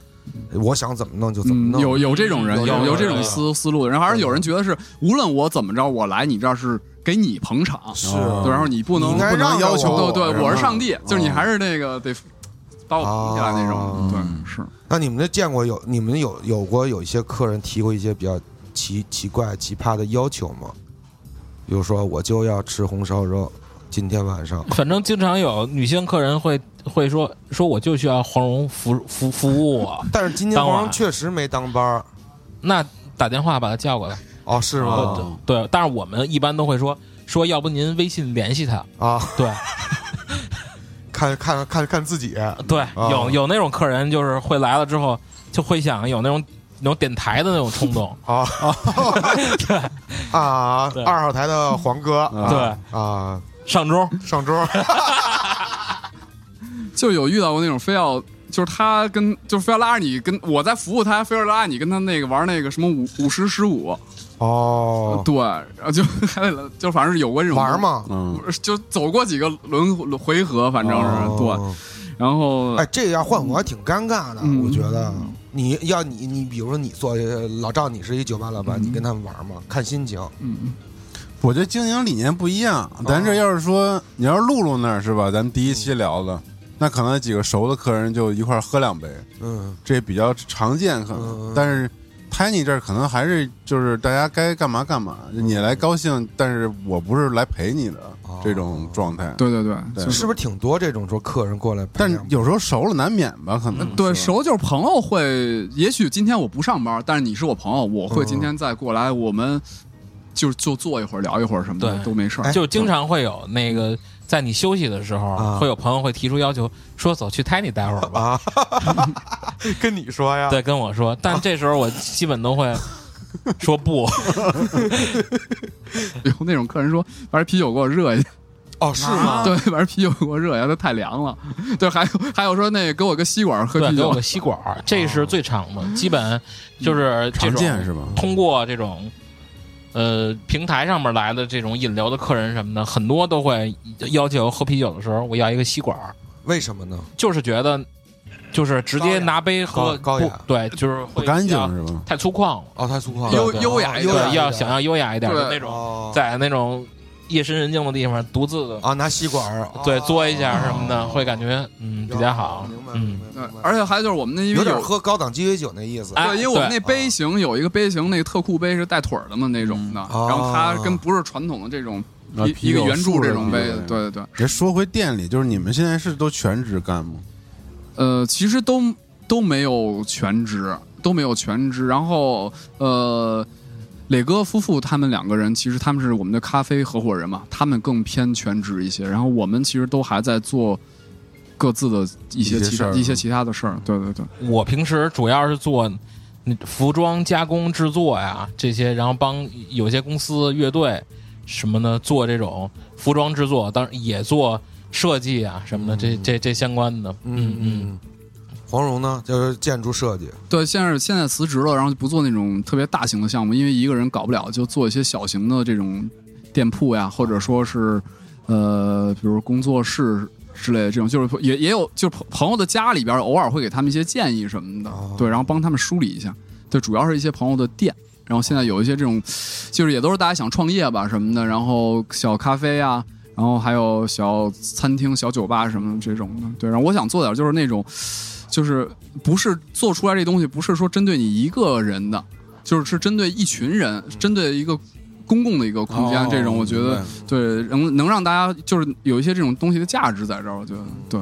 Speaker 1: 我想怎么弄就怎么
Speaker 4: 嗯，
Speaker 1: 弄，
Speaker 4: 有有这种人，
Speaker 1: 有
Speaker 4: 有
Speaker 1: 有
Speaker 4: 这种
Speaker 3: 有
Speaker 4: 思思路的人，然后还是有人觉得是无论我怎么着，我来你这儿是给你捧场，
Speaker 1: 是啊
Speaker 4: 对，然后你不
Speaker 1: 你
Speaker 4: 能
Speaker 1: 应该
Speaker 4: 不能
Speaker 1: 让着
Speaker 4: 要求，
Speaker 1: 我嗯
Speaker 4: 对
Speaker 1: 是
Speaker 4: 对，我是
Speaker 1: 吗
Speaker 4: 上帝，就是你
Speaker 2: 哦
Speaker 4: 还是那个得把我捧起来那
Speaker 1: 哦
Speaker 4: 种，对，是
Speaker 1: 那你们那见过有你们有有过有一些客人提过一些比较奇奇怪奇葩的要求吗？比如说我就要吃红烧肉，今天晚上
Speaker 3: 反正经常有女性客人会会说说我就需要黄蓉服服服务我。
Speaker 1: 但是今天
Speaker 3: 当晚
Speaker 1: 黄蓉确实没当班儿
Speaker 3: 那打电话把他叫过来。
Speaker 1: 哦，是吗？
Speaker 2: 哦
Speaker 3: 对，但是我们一般都会说说，要不您微信联系他。
Speaker 1: 啊， (laughs)
Speaker 3: 对
Speaker 1: 看看看看自己
Speaker 3: 对，
Speaker 1: 哦
Speaker 3: 有有那种客人就是会来了之后就会想有那种那种点台的那种冲动。
Speaker 1: 啊 (laughs) 啊
Speaker 3: 对！
Speaker 1: 二号台的黄哥，
Speaker 3: 对，
Speaker 1: (laughs) 啊，
Speaker 3: 上钟
Speaker 1: 上桌，
Speaker 4: 就有遇到过那种非要。就是他跟，就是非要拉着你跟我在服务他，非要拉着你跟他那个玩那个什么五五十十五，
Speaker 3: (laughs)
Speaker 1: 哦，
Speaker 4: 对，然后就还得就反正是有过这种
Speaker 1: 玩，嘛，
Speaker 2: 嗯，
Speaker 4: 就走过几个轮轮回合，反正是对，
Speaker 1: 哦
Speaker 4: 然
Speaker 3: 嗯
Speaker 4: 后
Speaker 1: 哎，这要换我还挺尴尬的，
Speaker 4: 嗯
Speaker 1: 我觉得。你要你你，比如说你做老赵，你是一酒吧老
Speaker 3: 嗯
Speaker 1: 板，你跟他们玩嘛，看心情。
Speaker 4: 嗯，
Speaker 2: 我觉得经营理念不一样。咱这要是说，你要是露露那儿是吧？咱们第一期聊的，那可能几个熟的客人就一块儿喝两杯，
Speaker 1: 嗯，
Speaker 2: 这比较常见，可
Speaker 1: 嗯
Speaker 2: 能。
Speaker 1: 嗯
Speaker 2: 但是 Tiny 这儿可能还是就是大家该干嘛干嘛，你来高兴，但是我不是来陪你的
Speaker 1: 哦
Speaker 2: 这种状态。
Speaker 4: 对对对，
Speaker 2: 对
Speaker 4: 就是
Speaker 1: 不是挺多这种说客人过来陪
Speaker 2: 但
Speaker 1: 两
Speaker 2: 是 (laughs)
Speaker 1: 杯？
Speaker 2: 有时候熟了难免吧，可
Speaker 3: 嗯
Speaker 2: 能
Speaker 4: 嗯对，
Speaker 2: 是吧
Speaker 4: 熟就是朋友会，也许今天我不上班，但是你是我朋友，我会今天再过来，我们就就坐一会儿，聊一会儿什么的
Speaker 3: 对哎
Speaker 4: 都没事
Speaker 1: 哎
Speaker 4: 儿。
Speaker 3: 就经常会有那个在你休息的时候，
Speaker 1: 啊
Speaker 3: 会有朋友会提出要求，说走去 Tiny 待会儿吧。
Speaker 1: 啊，跟你说呀，
Speaker 3: 对，跟我说，但这时候我基本
Speaker 1: (laughs)
Speaker 3: 都会说不。
Speaker 4: (laughs) 有那种客人说，把这啤酒给我热一下，
Speaker 1: 哦， (laughs) 是吗？
Speaker 3: 啊
Speaker 4: (laughs) 对，把这啤酒给我热一下，它太凉了。对，还有还有说那个给我个吸管喝
Speaker 3: 对，
Speaker 4: 啤
Speaker 3: 给我
Speaker 4: 酒
Speaker 3: 个，吸管儿，这是最长的，
Speaker 1: 啊
Speaker 3: 基本就是这
Speaker 2: 常
Speaker 3: 种
Speaker 2: 见是吧？
Speaker 3: 通过这种呃平台上面来的这种引流的客人什么的，很多都会要求喝啤酒的时候，我要一个吸管儿，
Speaker 1: 为什么呢？
Speaker 3: 就是觉得就是直接拿杯喝，
Speaker 1: 高雅高
Speaker 3: 不对，就是
Speaker 2: 不
Speaker 3: 会
Speaker 2: 干净
Speaker 3: 要
Speaker 2: 是吧？
Speaker 3: 太粗犷了，
Speaker 1: 哦，太粗犷了，哦
Speaker 4: 优
Speaker 3: 对
Speaker 4: 优雅一
Speaker 1: 优
Speaker 4: 点
Speaker 1: 雅
Speaker 3: 对，
Speaker 1: 一
Speaker 3: 要
Speaker 1: 点
Speaker 3: 想要优雅一点，
Speaker 4: 对
Speaker 3: 就那种
Speaker 1: 哦
Speaker 3: 在那种夜深人静的地方独自的。
Speaker 1: 啊，拿吸管儿
Speaker 3: 对，
Speaker 1: 哦
Speaker 3: 嘬一下什么的，会感觉嗯比较好
Speaker 1: 明白，明
Speaker 3: 嗯，
Speaker 1: 白
Speaker 4: 对
Speaker 1: 明白。，
Speaker 4: 而且还有就是我们那因为
Speaker 1: 有点
Speaker 4: 有
Speaker 1: 喝高档鸡尾酒那意思。
Speaker 3: 哎
Speaker 4: 对，因为我们
Speaker 3: 对
Speaker 4: 那杯型有一个杯型，那个特酷杯是带腿儿的嘛那种的，
Speaker 1: 嗯
Speaker 4: 然后它
Speaker 1: 哦
Speaker 4: 跟不是传统的这种
Speaker 2: 啊
Speaker 4: 一一个圆柱这种杯，
Speaker 2: 啤酒
Speaker 4: 对对对。
Speaker 2: 人说回店里，就是你们现在是都全职干吗？
Speaker 4: 呃，其实都都没有全职，都没有全职。然后呃，磊哥夫妇他们两个人，其实他们是我们的咖啡合伙人嘛，他们更偏全职一些。然后我们其实都还在做各自的一些
Speaker 2: 一些
Speaker 4: 其
Speaker 2: 事
Speaker 4: 他
Speaker 2: 儿
Speaker 4: 一些其他的事儿。对对对，
Speaker 3: 我平时主要是做嗯服装加工制作呀这些，然后帮有些公司、乐队什么的做这种服装制作，当然也做设计啊什么的，这这这相关的。嗯嗯，
Speaker 1: 嗯，黄蓉呢就是建筑设计，
Speaker 4: 对，现在现在辞职了，然后就不做那种特别大型的项目，因为一个人搞不了，就做一些小型的这种店铺呀，或者说是呃，比如工作室之类的这种，就是也也有就是朋朋友的家里边偶尔会给他们一些建议什么的，
Speaker 1: 哦
Speaker 4: 对，然后帮他们梳理一下。对，主要是一些朋友的店，然后现在有一些这种，就是也都是大家想创业吧什么的，然后小咖啡啊。然后还有小餐厅、小酒吧什么这种的，对。然后我想做点就是那种，就是不是做出来这东西，不是说针对你一个人的，就是是针对一群人，针对一个公共的一个空
Speaker 2: 哦
Speaker 4: 间。这种我觉得对，能能让大家就是有一些这种东西的价值在这儿，我觉得对。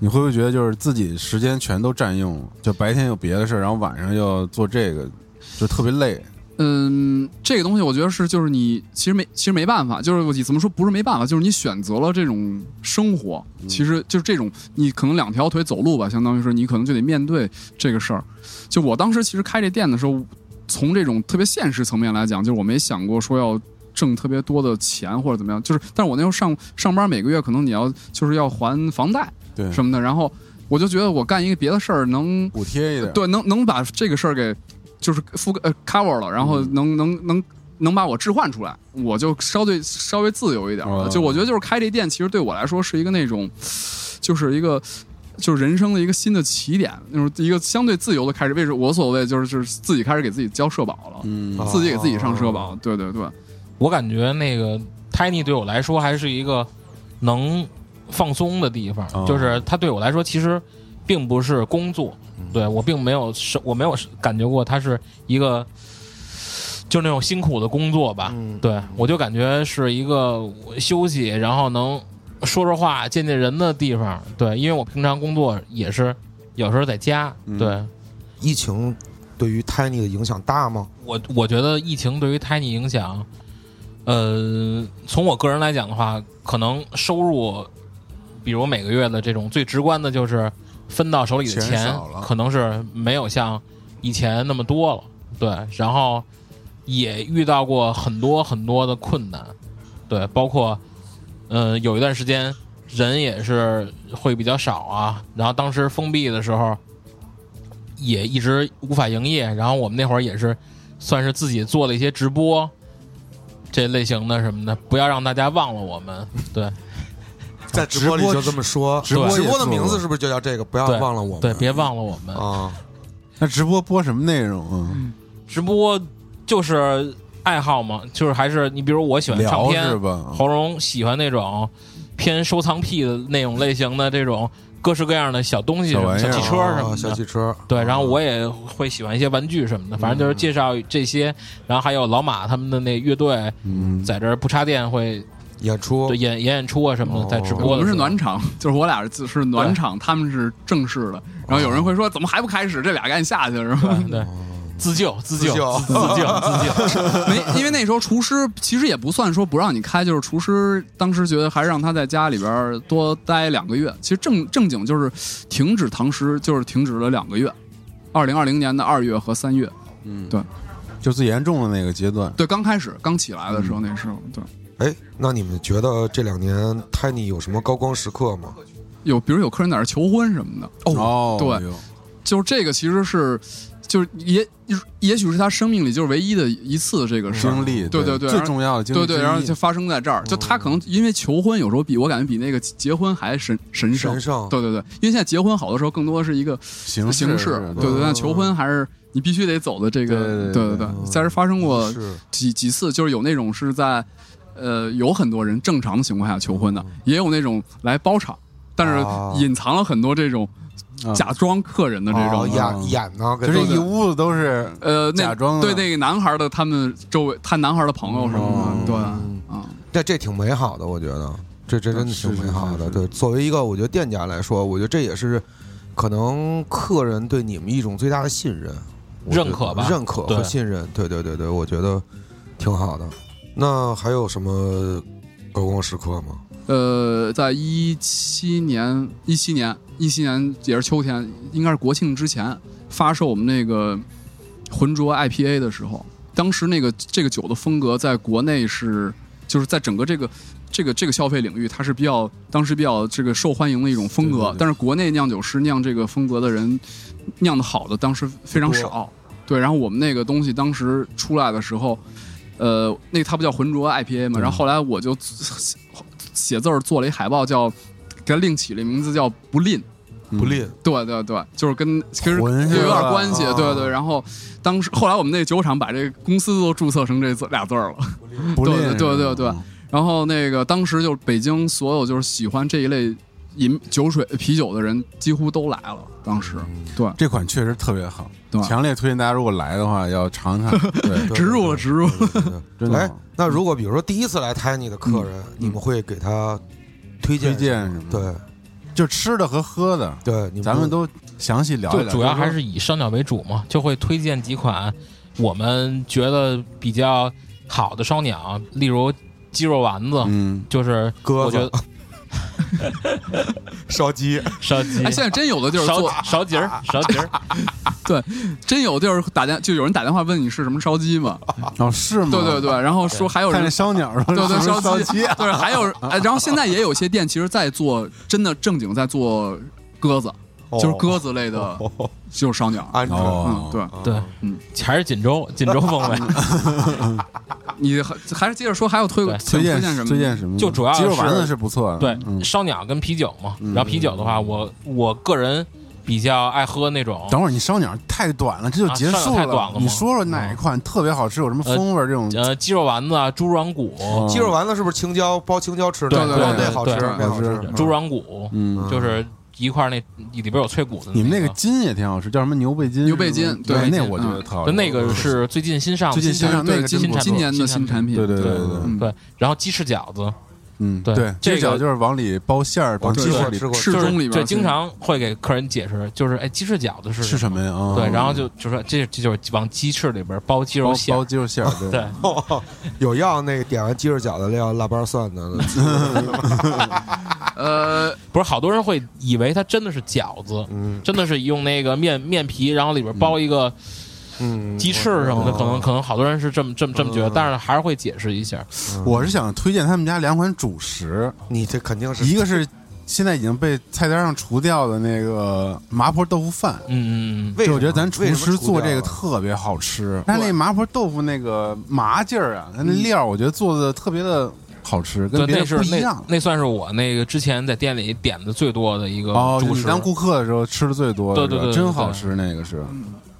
Speaker 2: 你会不会觉得就是自己时间全都占用了，就白天有别的事儿，然后晚上又做这个，就特别累？
Speaker 4: 嗯，这个东西我觉得是，就是你其实没，其实没办法，就是你怎么说不是没办法，就是你选择了这种生活，其实就是这种你可能两条腿走路吧，相当于是你可能就得面对这个事儿。就我当时其实开这店的时候，从这种特别现实层面来讲，就是我没想过说要挣特别多的钱或者怎么样，就是，但是我那时候上上班每个月可能你要就是要还房贷
Speaker 2: 对，
Speaker 4: 什么的，然后我就觉得我干一个别的事儿能
Speaker 2: 补贴一点。，
Speaker 4: 对，能能把这个事儿给就是覆盖呃 cover 了，然后能能能能把我置换出来，我就稍对稍微自由一点了。
Speaker 2: 哦
Speaker 4: 就我觉得就是开这店，其实对我来说是一个那种，就是一个。就是人生的一个新的起点，那种一个相对自由的开始。为什么我所谓就是就是自己开始给自己交社保了，
Speaker 2: 嗯，
Speaker 1: 哦
Speaker 4: 自己给自己上社保。对对对，
Speaker 3: 我感觉那个 Tiny 对我来说还是一个能放松的地方，
Speaker 2: 哦
Speaker 3: 就是它对我来说其实并不是工作，对我并没有是我没有感觉过它是一个就那种辛苦的工作吧，
Speaker 1: 嗯
Speaker 3: 啊对我就感觉是一个休息，然后能说说话、见见人的地方，对，因为我平常工作也是有时候在家，
Speaker 2: 嗯
Speaker 3: 对。
Speaker 1: 疫情对于 Tiny 的影响大吗？
Speaker 3: 我我觉得疫情对于 Tiny 影响，呃，从我个人来讲的话，可能收入，比如每个月的这种最直观的就是分到手里的
Speaker 2: 钱
Speaker 3: 钱
Speaker 2: 少了，
Speaker 3: 可能是没有像以前那么多了，对，然后也遇到过很多很多的困难，对，包括，呃，有一段时间人也是会比较少啊，然后当时封闭的时候。也一直无法营业，然后我们那会儿也是算是自己做了一些直播，这类型的什么的，不要让大家忘了我们。对
Speaker 1: 在直播里就这么说，
Speaker 2: 直播
Speaker 1: 直
Speaker 2: 也
Speaker 1: 播的
Speaker 2: 做
Speaker 1: 名
Speaker 2: 过
Speaker 1: 字是不是就叫这个？不要
Speaker 3: 对
Speaker 1: 忘了我们。
Speaker 3: 对，别忘了我
Speaker 2: 嗯
Speaker 3: 们。
Speaker 1: 啊，
Speaker 2: 那直播播什么内容啊？
Speaker 3: 直播就是爱好嘛，就是还是你比如我喜欢唱
Speaker 2: 聊是
Speaker 3: 片，
Speaker 2: 吧？
Speaker 3: 黄蓉喜欢那种偏收藏癖的那种类型的这种各式各样的小东西，
Speaker 2: 小
Speaker 3: 什
Speaker 2: 玩
Speaker 3: 么
Speaker 2: 意儿哦
Speaker 3: 小汽车什
Speaker 1: 啊
Speaker 3: 么
Speaker 1: 小
Speaker 3: 的。
Speaker 1: 汽车。
Speaker 3: 对，然后我也会喜欢一些玩具什么的，反正
Speaker 2: 嗯
Speaker 3: 就是介绍这些，然后还有老马他们的那乐队
Speaker 2: 嗯，哦
Speaker 3: 在这儿不插电会
Speaker 1: 演出
Speaker 3: 对，演演演出啊什么的，在直播的时候。
Speaker 4: 我们是暖场，就是我俩是是暖场，他们是正式的。然后有人会说，怎么还不开始？这俩赶紧下去是吧？
Speaker 3: 对对，自救自救
Speaker 1: 自救
Speaker 3: 自自救自救，
Speaker 4: (laughs) 没，因为那时候厨师其实也不算说不让你开，就是厨师当时觉得还是让他在家里边儿多待两个月。其实正正经就是停止堂食，就是停止了两个月。二零二零年的二月和三月，
Speaker 2: 就最严重的那个阶段。
Speaker 4: 对，刚开始刚起来的时
Speaker 2: 嗯
Speaker 4: 候，那时候对
Speaker 1: (laughs) 哎，那你们觉得这两年 Tiny 有什么高光时刻吗？
Speaker 4: 有，比如有客人在那儿求婚什么的，
Speaker 2: 哦
Speaker 4: 对
Speaker 2: 哎呦
Speaker 4: 就是这个其实是，就是也也许是他生命里就是唯一的一次这个事儿
Speaker 2: 经历，
Speaker 4: 对对对
Speaker 2: 最重要的经历嗯
Speaker 4: 对
Speaker 2: 之一，
Speaker 4: 对，然后就发生在这儿，就他可能因为求婚有时候比我感觉比那个结婚还神神圣
Speaker 1: 神，圣。
Speaker 4: 对对对，因为现在结婚好多时候更多是一个
Speaker 2: 嗯形
Speaker 4: 形
Speaker 2: 式
Speaker 4: 式，
Speaker 2: 是吧
Speaker 4: 对对，但
Speaker 1: 嗯
Speaker 4: 求婚还是你必须得走的这个，
Speaker 2: 对对
Speaker 4: 对
Speaker 2: 对
Speaker 4: 对
Speaker 1: 嗯
Speaker 4: 在这发生过
Speaker 1: 是
Speaker 4: 几几次，就是有那种是在，呃，有很多人正常的情况下求婚的，
Speaker 2: 嗯
Speaker 4: 也有那种来包场，但
Speaker 1: 啊
Speaker 4: 是隐藏了很多这种
Speaker 2: 啊
Speaker 4: 假装客人的这
Speaker 1: 哦
Speaker 4: 种，嗯
Speaker 1: 演演呢，
Speaker 2: 就
Speaker 1: 跟
Speaker 2: 是
Speaker 4: 对对
Speaker 2: 一屋子都是
Speaker 4: 呃，那
Speaker 2: 假装的啊
Speaker 4: 对那个男孩的他们周围，他男孩的朋友什么
Speaker 2: 嗯
Speaker 4: 的，对
Speaker 1: 嗯
Speaker 4: 啊，
Speaker 1: 这这挺美好的，我觉得这这真的
Speaker 2: 是
Speaker 1: 挺美好
Speaker 2: 是是
Speaker 1: 的。
Speaker 2: 是
Speaker 1: 对，作为一个我觉得店家来说，我觉得这也是可能客人对你们一种最大的信任，我觉得
Speaker 3: 认可吧
Speaker 1: 认可和
Speaker 3: 对
Speaker 1: 信任，对对对对，我觉得挺好的。那还有什么高光时刻吗？
Speaker 4: 呃，在一七年，一七年，一七年也是秋天，应该是国庆之前发售我们那个浑浊 IPA 的时候，当时那个这个酒的风格在国内是，就是在整个这个这个这个消费领域，它是比较当时比较这个受欢迎的一种风格。
Speaker 2: 对对对
Speaker 4: 但是国内酿酒师酿这个风格的人，酿的好的当时非常少。对，然后我们那个东西当时出来的时候，呃，那个它不叫浑浊 IPA
Speaker 2: 嗯
Speaker 4: 嘛，然后后来我就写字儿做了一海报，叫给它另起了名字叫“不吝嗯
Speaker 1: 不吝”。
Speaker 4: 对对对，就是跟其实有
Speaker 2: 浑是吧
Speaker 4: 点关系。
Speaker 2: 啊
Speaker 4: 对对，然后当时后来我们那酒厂把这个公司都注册成这字俩字儿了。 (laughs)
Speaker 2: 不吝
Speaker 4: 对
Speaker 2: 是吧，
Speaker 4: 对对对然后那个当时就是北京所有就是喜欢这一类饮酒水啤酒的人几乎都来了。当时对
Speaker 2: 这款确实特别好
Speaker 4: 对，
Speaker 2: 强烈推荐大家如果来的话要尝
Speaker 4: (laughs)
Speaker 2: 尝。对，
Speaker 4: 植入了植入了。
Speaker 1: 对对对
Speaker 2: 真的
Speaker 1: 哎，那如果比如说第一次来 Tiny 的客人，你们会给他推荐
Speaker 2: 推荐
Speaker 1: 什
Speaker 2: 什
Speaker 1: 么
Speaker 2: 么
Speaker 1: 对
Speaker 2: 就吃的和喝的，
Speaker 1: 对，你
Speaker 2: 咱们
Speaker 1: 都
Speaker 2: 都详细聊一
Speaker 3: 就
Speaker 2: 聊。
Speaker 3: 主要还是以上料为主嘛，就会推荐几款我们觉得比较好的烧鸟，例如鸡肉丸子，
Speaker 2: 嗯，
Speaker 3: 就是
Speaker 1: 鸽
Speaker 3: 我觉
Speaker 1: 子
Speaker 3: 得
Speaker 2: (laughs)
Speaker 1: 烧鸡，
Speaker 3: 烧鸡
Speaker 4: 哎，。现在真有的地儿做
Speaker 3: 勺，勺
Speaker 2: 啊
Speaker 3: 节儿，勺节儿，
Speaker 4: 真有地儿打电，就有人打电话问你是什么烧鸡嘛？
Speaker 2: 哦是吗？
Speaker 4: 对对对，然后说还有
Speaker 2: 看
Speaker 4: 人
Speaker 2: 那烧鸟，对
Speaker 4: 对对，烧
Speaker 2: 烧
Speaker 4: 鸡，
Speaker 3: 啊
Speaker 2: (laughs) 鸡，啊
Speaker 4: (laughs) 对，还有，哎然后现在也有些店其实在做，真的正经在做鸽子，就是鸽子类的，就是烧鸟。
Speaker 1: 哦安置。啊
Speaker 4: 嗯
Speaker 2: 哦，，
Speaker 4: 对，
Speaker 3: 对，
Speaker 4: 嗯
Speaker 3: 还是锦州，锦州
Speaker 2: (laughs)
Speaker 3: 风
Speaker 2: 嗯
Speaker 3: 味，
Speaker 4: 你还还是接着说，还有推
Speaker 3: 对
Speaker 4: 推
Speaker 2: 推荐
Speaker 4: 荐什么？
Speaker 2: 推荐什么？
Speaker 3: 就主要
Speaker 2: 鸡肉
Speaker 3: 是
Speaker 2: 丸子是不错的，
Speaker 3: 对，
Speaker 2: 嗯
Speaker 3: 烧鸟跟啤酒嘛。然后啤酒的话，我我个人比较爱喝那种，
Speaker 2: 等会儿你烧鸟太短了，这就结
Speaker 3: 啊烧
Speaker 2: 束
Speaker 3: 鸟太短了吗
Speaker 2: 你说说哪一款特别好吃，有什么风味儿？这种
Speaker 3: 呃，鸡肉丸子啊，猪软骨，
Speaker 2: 哦
Speaker 1: 鸡肉丸子是不是青椒包青椒吃的？
Speaker 4: 对对对
Speaker 1: 哦
Speaker 4: 对
Speaker 1: 那好吃，
Speaker 3: 对
Speaker 1: 那好
Speaker 2: 好
Speaker 1: 吃
Speaker 2: 吃。
Speaker 3: 猪软骨，
Speaker 2: 嗯，
Speaker 3: 就是一块儿那里边有脆骨的。
Speaker 2: 你们那
Speaker 3: 个
Speaker 2: 个筋也挺好吃，叫什么牛背筋？
Speaker 4: 牛背筋
Speaker 2: 是吗
Speaker 4: 对
Speaker 2: 对，那
Speaker 4: 筋
Speaker 2: 我觉得特好
Speaker 3: 就
Speaker 2: 吃。
Speaker 3: 嗯那个是最近新上的，
Speaker 2: 最近新上那
Speaker 4: 对
Speaker 2: 个
Speaker 4: 今
Speaker 2: 真不错
Speaker 4: 今年的新产品，
Speaker 2: 对对对对对，
Speaker 4: 嗯
Speaker 3: 对，然后鸡翅饺子
Speaker 2: 嗯，
Speaker 3: 对
Speaker 2: 对，
Speaker 3: 这
Speaker 2: 这
Speaker 3: 个哦
Speaker 2: 饺就是往里包馅儿，往
Speaker 1: 我
Speaker 2: 鸡
Speaker 1: 吃
Speaker 2: 翅
Speaker 1: 过
Speaker 2: 里
Speaker 1: 吃过，
Speaker 4: 翅中里边
Speaker 3: 对，
Speaker 4: 儿
Speaker 3: 经常会给客人解释，就是哎，鸡翅饺子是
Speaker 2: 是什么呀？啊
Speaker 3: 对，然后就就说这这就是往鸡翅里边包鸡
Speaker 2: 包
Speaker 3: 肉馅
Speaker 2: 包
Speaker 3: 儿，哦
Speaker 2: 鸡肉馅儿，对
Speaker 3: 对，
Speaker 1: 有要那个点完鸡肉饺子料腊八蒜
Speaker 3: (laughs)
Speaker 1: 的，
Speaker 4: 呃，
Speaker 3: 不是好多人会以为它真的是饺子，
Speaker 1: 嗯
Speaker 3: 真的是用那个面面皮，然后里边包一个
Speaker 1: 嗯，
Speaker 3: 鸡翅什么
Speaker 1: 嗯
Speaker 3: 的，可能可能好多人是这么这么这么觉得，
Speaker 1: 嗯
Speaker 3: 但是还是会解释一下。
Speaker 2: 我是想推荐他们家两款主食，
Speaker 3: 嗯
Speaker 1: 你这肯定是
Speaker 2: 一个是现在已经被菜单上除掉的那个麻婆豆腐饭。
Speaker 3: 嗯嗯嗯，
Speaker 1: 为什
Speaker 2: 就
Speaker 1: 么
Speaker 2: 我觉得咱厨
Speaker 1: 为什么
Speaker 2: 师
Speaker 1: 除掉
Speaker 2: 做
Speaker 1: 啊
Speaker 2: 这个
Speaker 1: 了
Speaker 2: 特别好吃，但那麻婆豆腐那个麻劲儿啊，它那料儿我觉得做的特别的好吃，跟
Speaker 3: 对，
Speaker 2: 别
Speaker 3: 那
Speaker 2: 的
Speaker 3: 是
Speaker 2: 不一样
Speaker 3: 那。那算是我那个之前在店里点的最多的一个
Speaker 2: 哦，就
Speaker 3: 主
Speaker 2: 你
Speaker 3: 食。
Speaker 2: 当顾客的时候吃的最多的是吧，
Speaker 3: 对对对对
Speaker 2: 真
Speaker 3: 对
Speaker 2: 好吃那个是。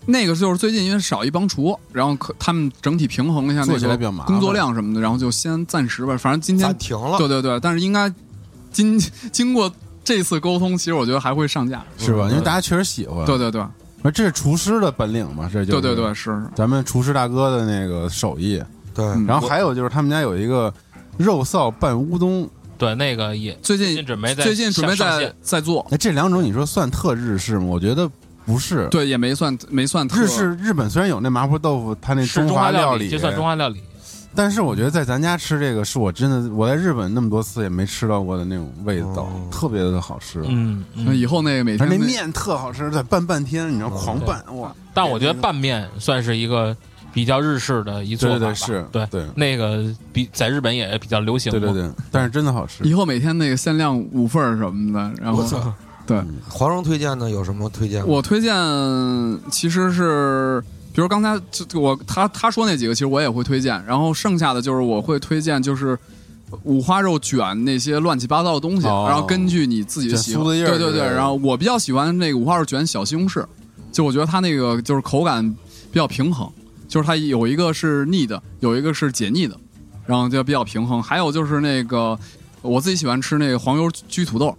Speaker 4: 那个就是最近因为少一帮厨，然后可他们整体平衡了一下那
Speaker 2: 做起来比较
Speaker 4: 个
Speaker 2: 麻烦
Speaker 4: 工作量什么的，然后就先暂时吧，反正今
Speaker 1: 咱
Speaker 4: 天
Speaker 1: 停了
Speaker 4: 对，对对，但是应该经 (laughs) 经过这次沟通，其实我觉得还会上架。
Speaker 2: 是吧？
Speaker 1: 嗯
Speaker 2: 因为大家确实喜欢。
Speaker 4: 对，对对
Speaker 2: 这是厨师的本领嘛，这就
Speaker 4: 对
Speaker 2: 是
Speaker 4: 对对，，是是
Speaker 2: 咱们厨师大哥的那个手艺。
Speaker 1: 对，
Speaker 4: 嗯
Speaker 2: 然后还有就是他们家有一个肉臊拌乌冬，
Speaker 3: 对那个也
Speaker 4: 最
Speaker 3: 最
Speaker 4: 近
Speaker 3: 近准备在
Speaker 4: 最近准备
Speaker 3: 上上
Speaker 4: 在
Speaker 3: 线
Speaker 4: 在做，
Speaker 2: 哎，这两种你说算特日式吗？我觉得不是。，
Speaker 4: 对，也没算没算特
Speaker 2: 日式日本虽然有那麻婆豆腐，它那
Speaker 3: 是中
Speaker 2: 华
Speaker 3: 料
Speaker 2: 理，
Speaker 3: 这算中华料理。
Speaker 2: 但是我觉得在咱家吃这个，是我真的我在日本那么多次也没吃到过的那种味道，
Speaker 1: 哦
Speaker 2: 特别的好吃。
Speaker 3: 嗯，
Speaker 4: 那
Speaker 3: 嗯
Speaker 4: 以后那个每
Speaker 2: 而
Speaker 4: 天
Speaker 2: 那
Speaker 4: 那
Speaker 2: 面特好吃，得拌半天，你知道，狂
Speaker 3: 对
Speaker 2: 拌哇！
Speaker 3: 但我觉得拌面算是一个比较日式的一做
Speaker 2: 对
Speaker 3: 法
Speaker 2: 对
Speaker 3: 吧，
Speaker 2: 对，是，
Speaker 3: 对
Speaker 2: 对
Speaker 3: 那个比在日本也比较流行嘛。
Speaker 2: 对对对，但是真的好吃。
Speaker 4: 以后每天那个限量五份儿什么的，然后对
Speaker 1: 黄蓉推荐的有什么推荐吗？
Speaker 4: 我推荐其实是。比如刚才就我他他说那几个，其实我也会推荐。然后剩下的就是我会推荐，就是五花肉卷那些乱七八糟的东西，
Speaker 2: 哦
Speaker 4: 然后根据你自己的
Speaker 2: 卷
Speaker 4: 喜
Speaker 2: 苏
Speaker 4: 好。
Speaker 2: 子叶
Speaker 4: 对
Speaker 2: 儿
Speaker 4: 对
Speaker 2: 之类
Speaker 4: 对，
Speaker 2: 的
Speaker 4: 然后我比较喜欢那个五花肉卷小西红柿，就我觉得它那个就是口感比较平衡，就是它有一个是腻的，有一个是解腻的，然后就比较平衡。还有就是那个我自己喜欢吃那个黄油焗土豆，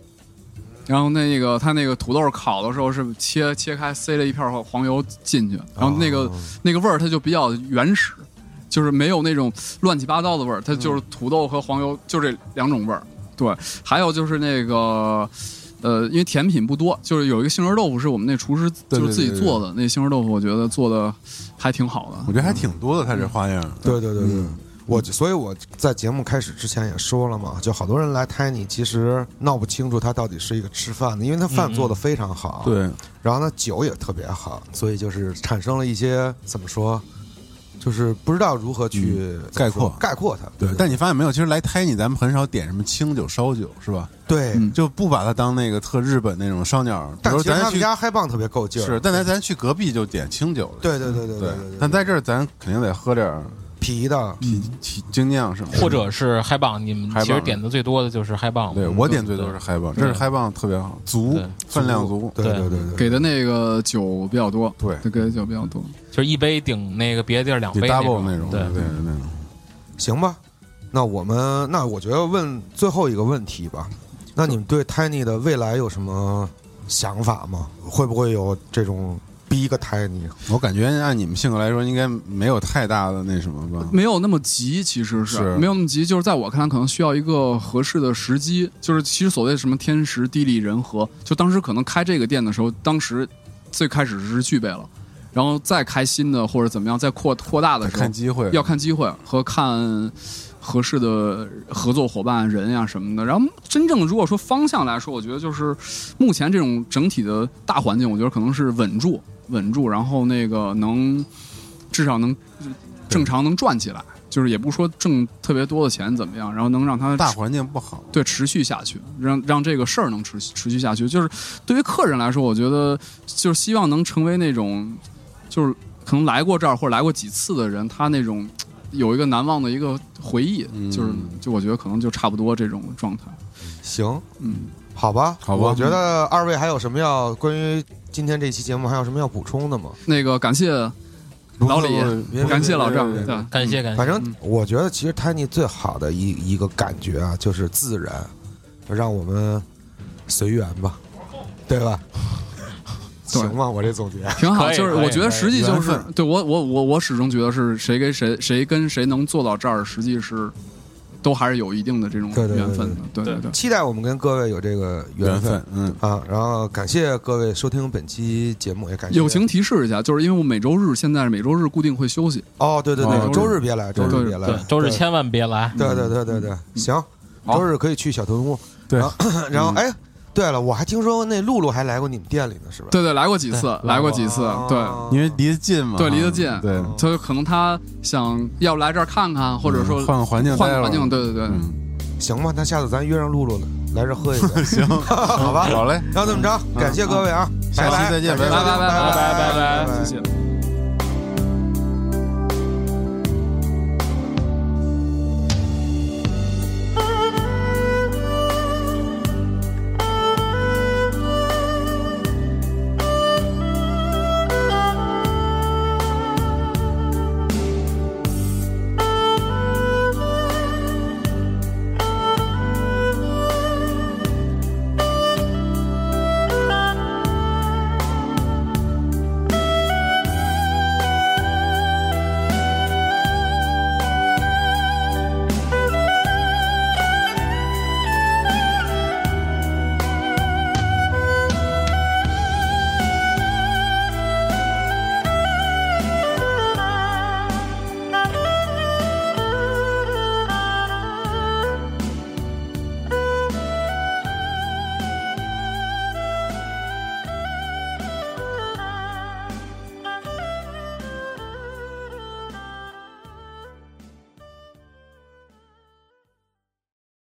Speaker 4: 然后那个它那个土豆烤的时候是切切开塞了一片黄油进去，然后那
Speaker 2: 哦
Speaker 4: 个、
Speaker 1: 哦
Speaker 4: 那个味儿它就比较原始，就是没有那种乱七八糟的味儿，它就是土豆和黄油就这两种味儿。对，还有就是那个呃，因为甜品不多，就是有一个杏仁豆腐是我们那厨师
Speaker 2: 对对
Speaker 4: 就是自己
Speaker 2: 对对
Speaker 4: 做的，那杏仁豆腐我觉得做的还挺好的。
Speaker 2: 我觉得还挺多的，他这花样。
Speaker 1: 对对对对，我所以我在节目开始之前也说了嘛，就好多人来 Tiny 其实闹不清楚他到底是一个吃饭的，因为他
Speaker 3: 嗯
Speaker 1: 饭做的非常好，，
Speaker 2: 对，
Speaker 1: 然后呢酒也特别好，所以就是产生了一些怎么说，就是不知道如何去
Speaker 2: 嗯概括
Speaker 1: 概括它，
Speaker 2: 对，
Speaker 1: 对
Speaker 2: 但你发现没有，其实来 Tiny 咱们很少点什么清酒、烧酒，是吧？
Speaker 1: 对，
Speaker 4: 嗯
Speaker 2: 就不把它当那个特日本那种烧鸟。比
Speaker 1: 但
Speaker 2: 如
Speaker 1: 其实
Speaker 2: 咱
Speaker 1: 他们
Speaker 2: 去
Speaker 1: 家黑棒特别够劲儿，
Speaker 2: 是，但咱咱去隔壁就点清酒了。
Speaker 1: 对对对对对
Speaker 2: 但在这儿咱肯定得喝点儿
Speaker 1: 皮的，
Speaker 2: 啤
Speaker 4: 嗯
Speaker 2: 啤精酿什么的，
Speaker 3: 或者是嗨棒，你们
Speaker 2: 嗨棒
Speaker 3: 其实点的最多的就是嗨棒。
Speaker 4: 嗯
Speaker 2: 对我点最多是嗨棒，这是嗨棒特别好，足
Speaker 3: 对
Speaker 2: 分量足。
Speaker 1: 对对对对，
Speaker 4: 给的那个酒比较多，
Speaker 2: 对
Speaker 4: 给的酒比较多。
Speaker 3: 就是一杯顶那个别的地儿两
Speaker 2: 得
Speaker 3: 杯
Speaker 2: double
Speaker 3: 那
Speaker 2: 那种，
Speaker 3: 对
Speaker 2: 对，对那种。
Speaker 1: 行吧，那我们那我觉得问最后一个问题吧，那你们对 Tiny 的未来有什么想法吗？会不会有这种逼一个 Tiny？
Speaker 2: 我感觉按你们性格来说，应该没有太大的那什么吧？
Speaker 4: 没有那么急，其实是
Speaker 2: 是
Speaker 4: 没有那么急，就是在我看来，可能需要一个合适的时机。就是其实所谓什么天时地利人和，就当时可能开这个店的时候，当时最开始是具备了，然后再开新的或者怎么样，再扩扩大的时候
Speaker 2: 看，机会，
Speaker 4: 要看机会和看合适的合作伙伴、人呀、什么的。然后真正如果说方向来说，我觉得就是目前这种整体的大环境，我觉得可能是稳住、稳住，然后那个能至少能正常能赚起来，就是也不说挣特别多的钱怎么样，然后能让它
Speaker 2: 大环境不好，
Speaker 4: 对持续下去，让让这个事儿能持续持续下去。就是对于客人来说，我觉得就是希望能成为那种，就是可能来过这儿或者来过几次的人，他那种有一个难忘的一个回忆，
Speaker 2: 嗯
Speaker 4: 就是就我觉得可能就差不多这种状态。
Speaker 1: 行，
Speaker 4: 嗯，
Speaker 1: 好吧，
Speaker 2: 好吧
Speaker 1: 我觉得二位还有什么要关于今天这期节目还有什么要补充的吗？
Speaker 4: 那个感谢老李，
Speaker 1: 别别
Speaker 4: 感谢老啊郑，
Speaker 2: 别别
Speaker 4: 对吧，
Speaker 3: 感谢感谢。
Speaker 2: 嗯
Speaker 1: 反
Speaker 4: 嗯
Speaker 1: 正我觉得，其实 Tiny 最好的一一个感觉啊，就是自然，让我们随缘
Speaker 4: (laughs)
Speaker 1: 吧，对吧？
Speaker 4: 对
Speaker 1: 行吧，我这总结。
Speaker 4: 挺好。
Speaker 3: 可以
Speaker 4: 就是
Speaker 3: 可以
Speaker 4: 我觉得实际就
Speaker 2: 可以
Speaker 4: 是
Speaker 2: 缘
Speaker 4: 对我我我我始终觉得是谁跟谁谁跟谁能做到这儿，实际是都还是有一定的这种
Speaker 1: 对对对
Speaker 4: 缘分的。对对对。
Speaker 1: 期待我们跟各位有这个
Speaker 2: 缘
Speaker 1: 缘分
Speaker 2: 分，嗯，
Speaker 1: 啊！然后感谢各位收听本期节目，也感谢
Speaker 4: 友情提示一下，就是因为我每周日现在是每周日固定会休息，
Speaker 1: 哦，对对
Speaker 4: 哦
Speaker 1: 对，周日别来，周
Speaker 4: 对
Speaker 1: 日别来
Speaker 3: 对，，周日千万别来。
Speaker 1: 对对对对对，行，
Speaker 4: 好
Speaker 1: 周日可以去小屯屋。
Speaker 2: 对
Speaker 1: 然后然后哎，对了，我还听说那露露还来过你们店里呢，是吧？哦
Speaker 4: 对对，来过几次，
Speaker 3: 对
Speaker 4: 来过几次，哦对，
Speaker 2: 因为离得近嘛，
Speaker 4: 对离得近
Speaker 2: 对，
Speaker 4: 所以可能他想要来这儿看看，或者说
Speaker 2: 嗯换个环境，
Speaker 4: 换个环境，，对对对， (laughs)
Speaker 2: 嗯，
Speaker 1: 行吧，那下次咱约上露露了，来这儿喝一杯，
Speaker 2: 行，嗯
Speaker 1: 好吧？
Speaker 2: 好嘞。
Speaker 1: 那这么着，感谢各位啊，
Speaker 2: 下期再见
Speaker 1: 拜
Speaker 2: 拜
Speaker 4: 拜
Speaker 1: 拜
Speaker 4: 拜拜
Speaker 1: 拜
Speaker 4: 拜
Speaker 3: 拜拜
Speaker 1: 拜
Speaker 4: 谢谢。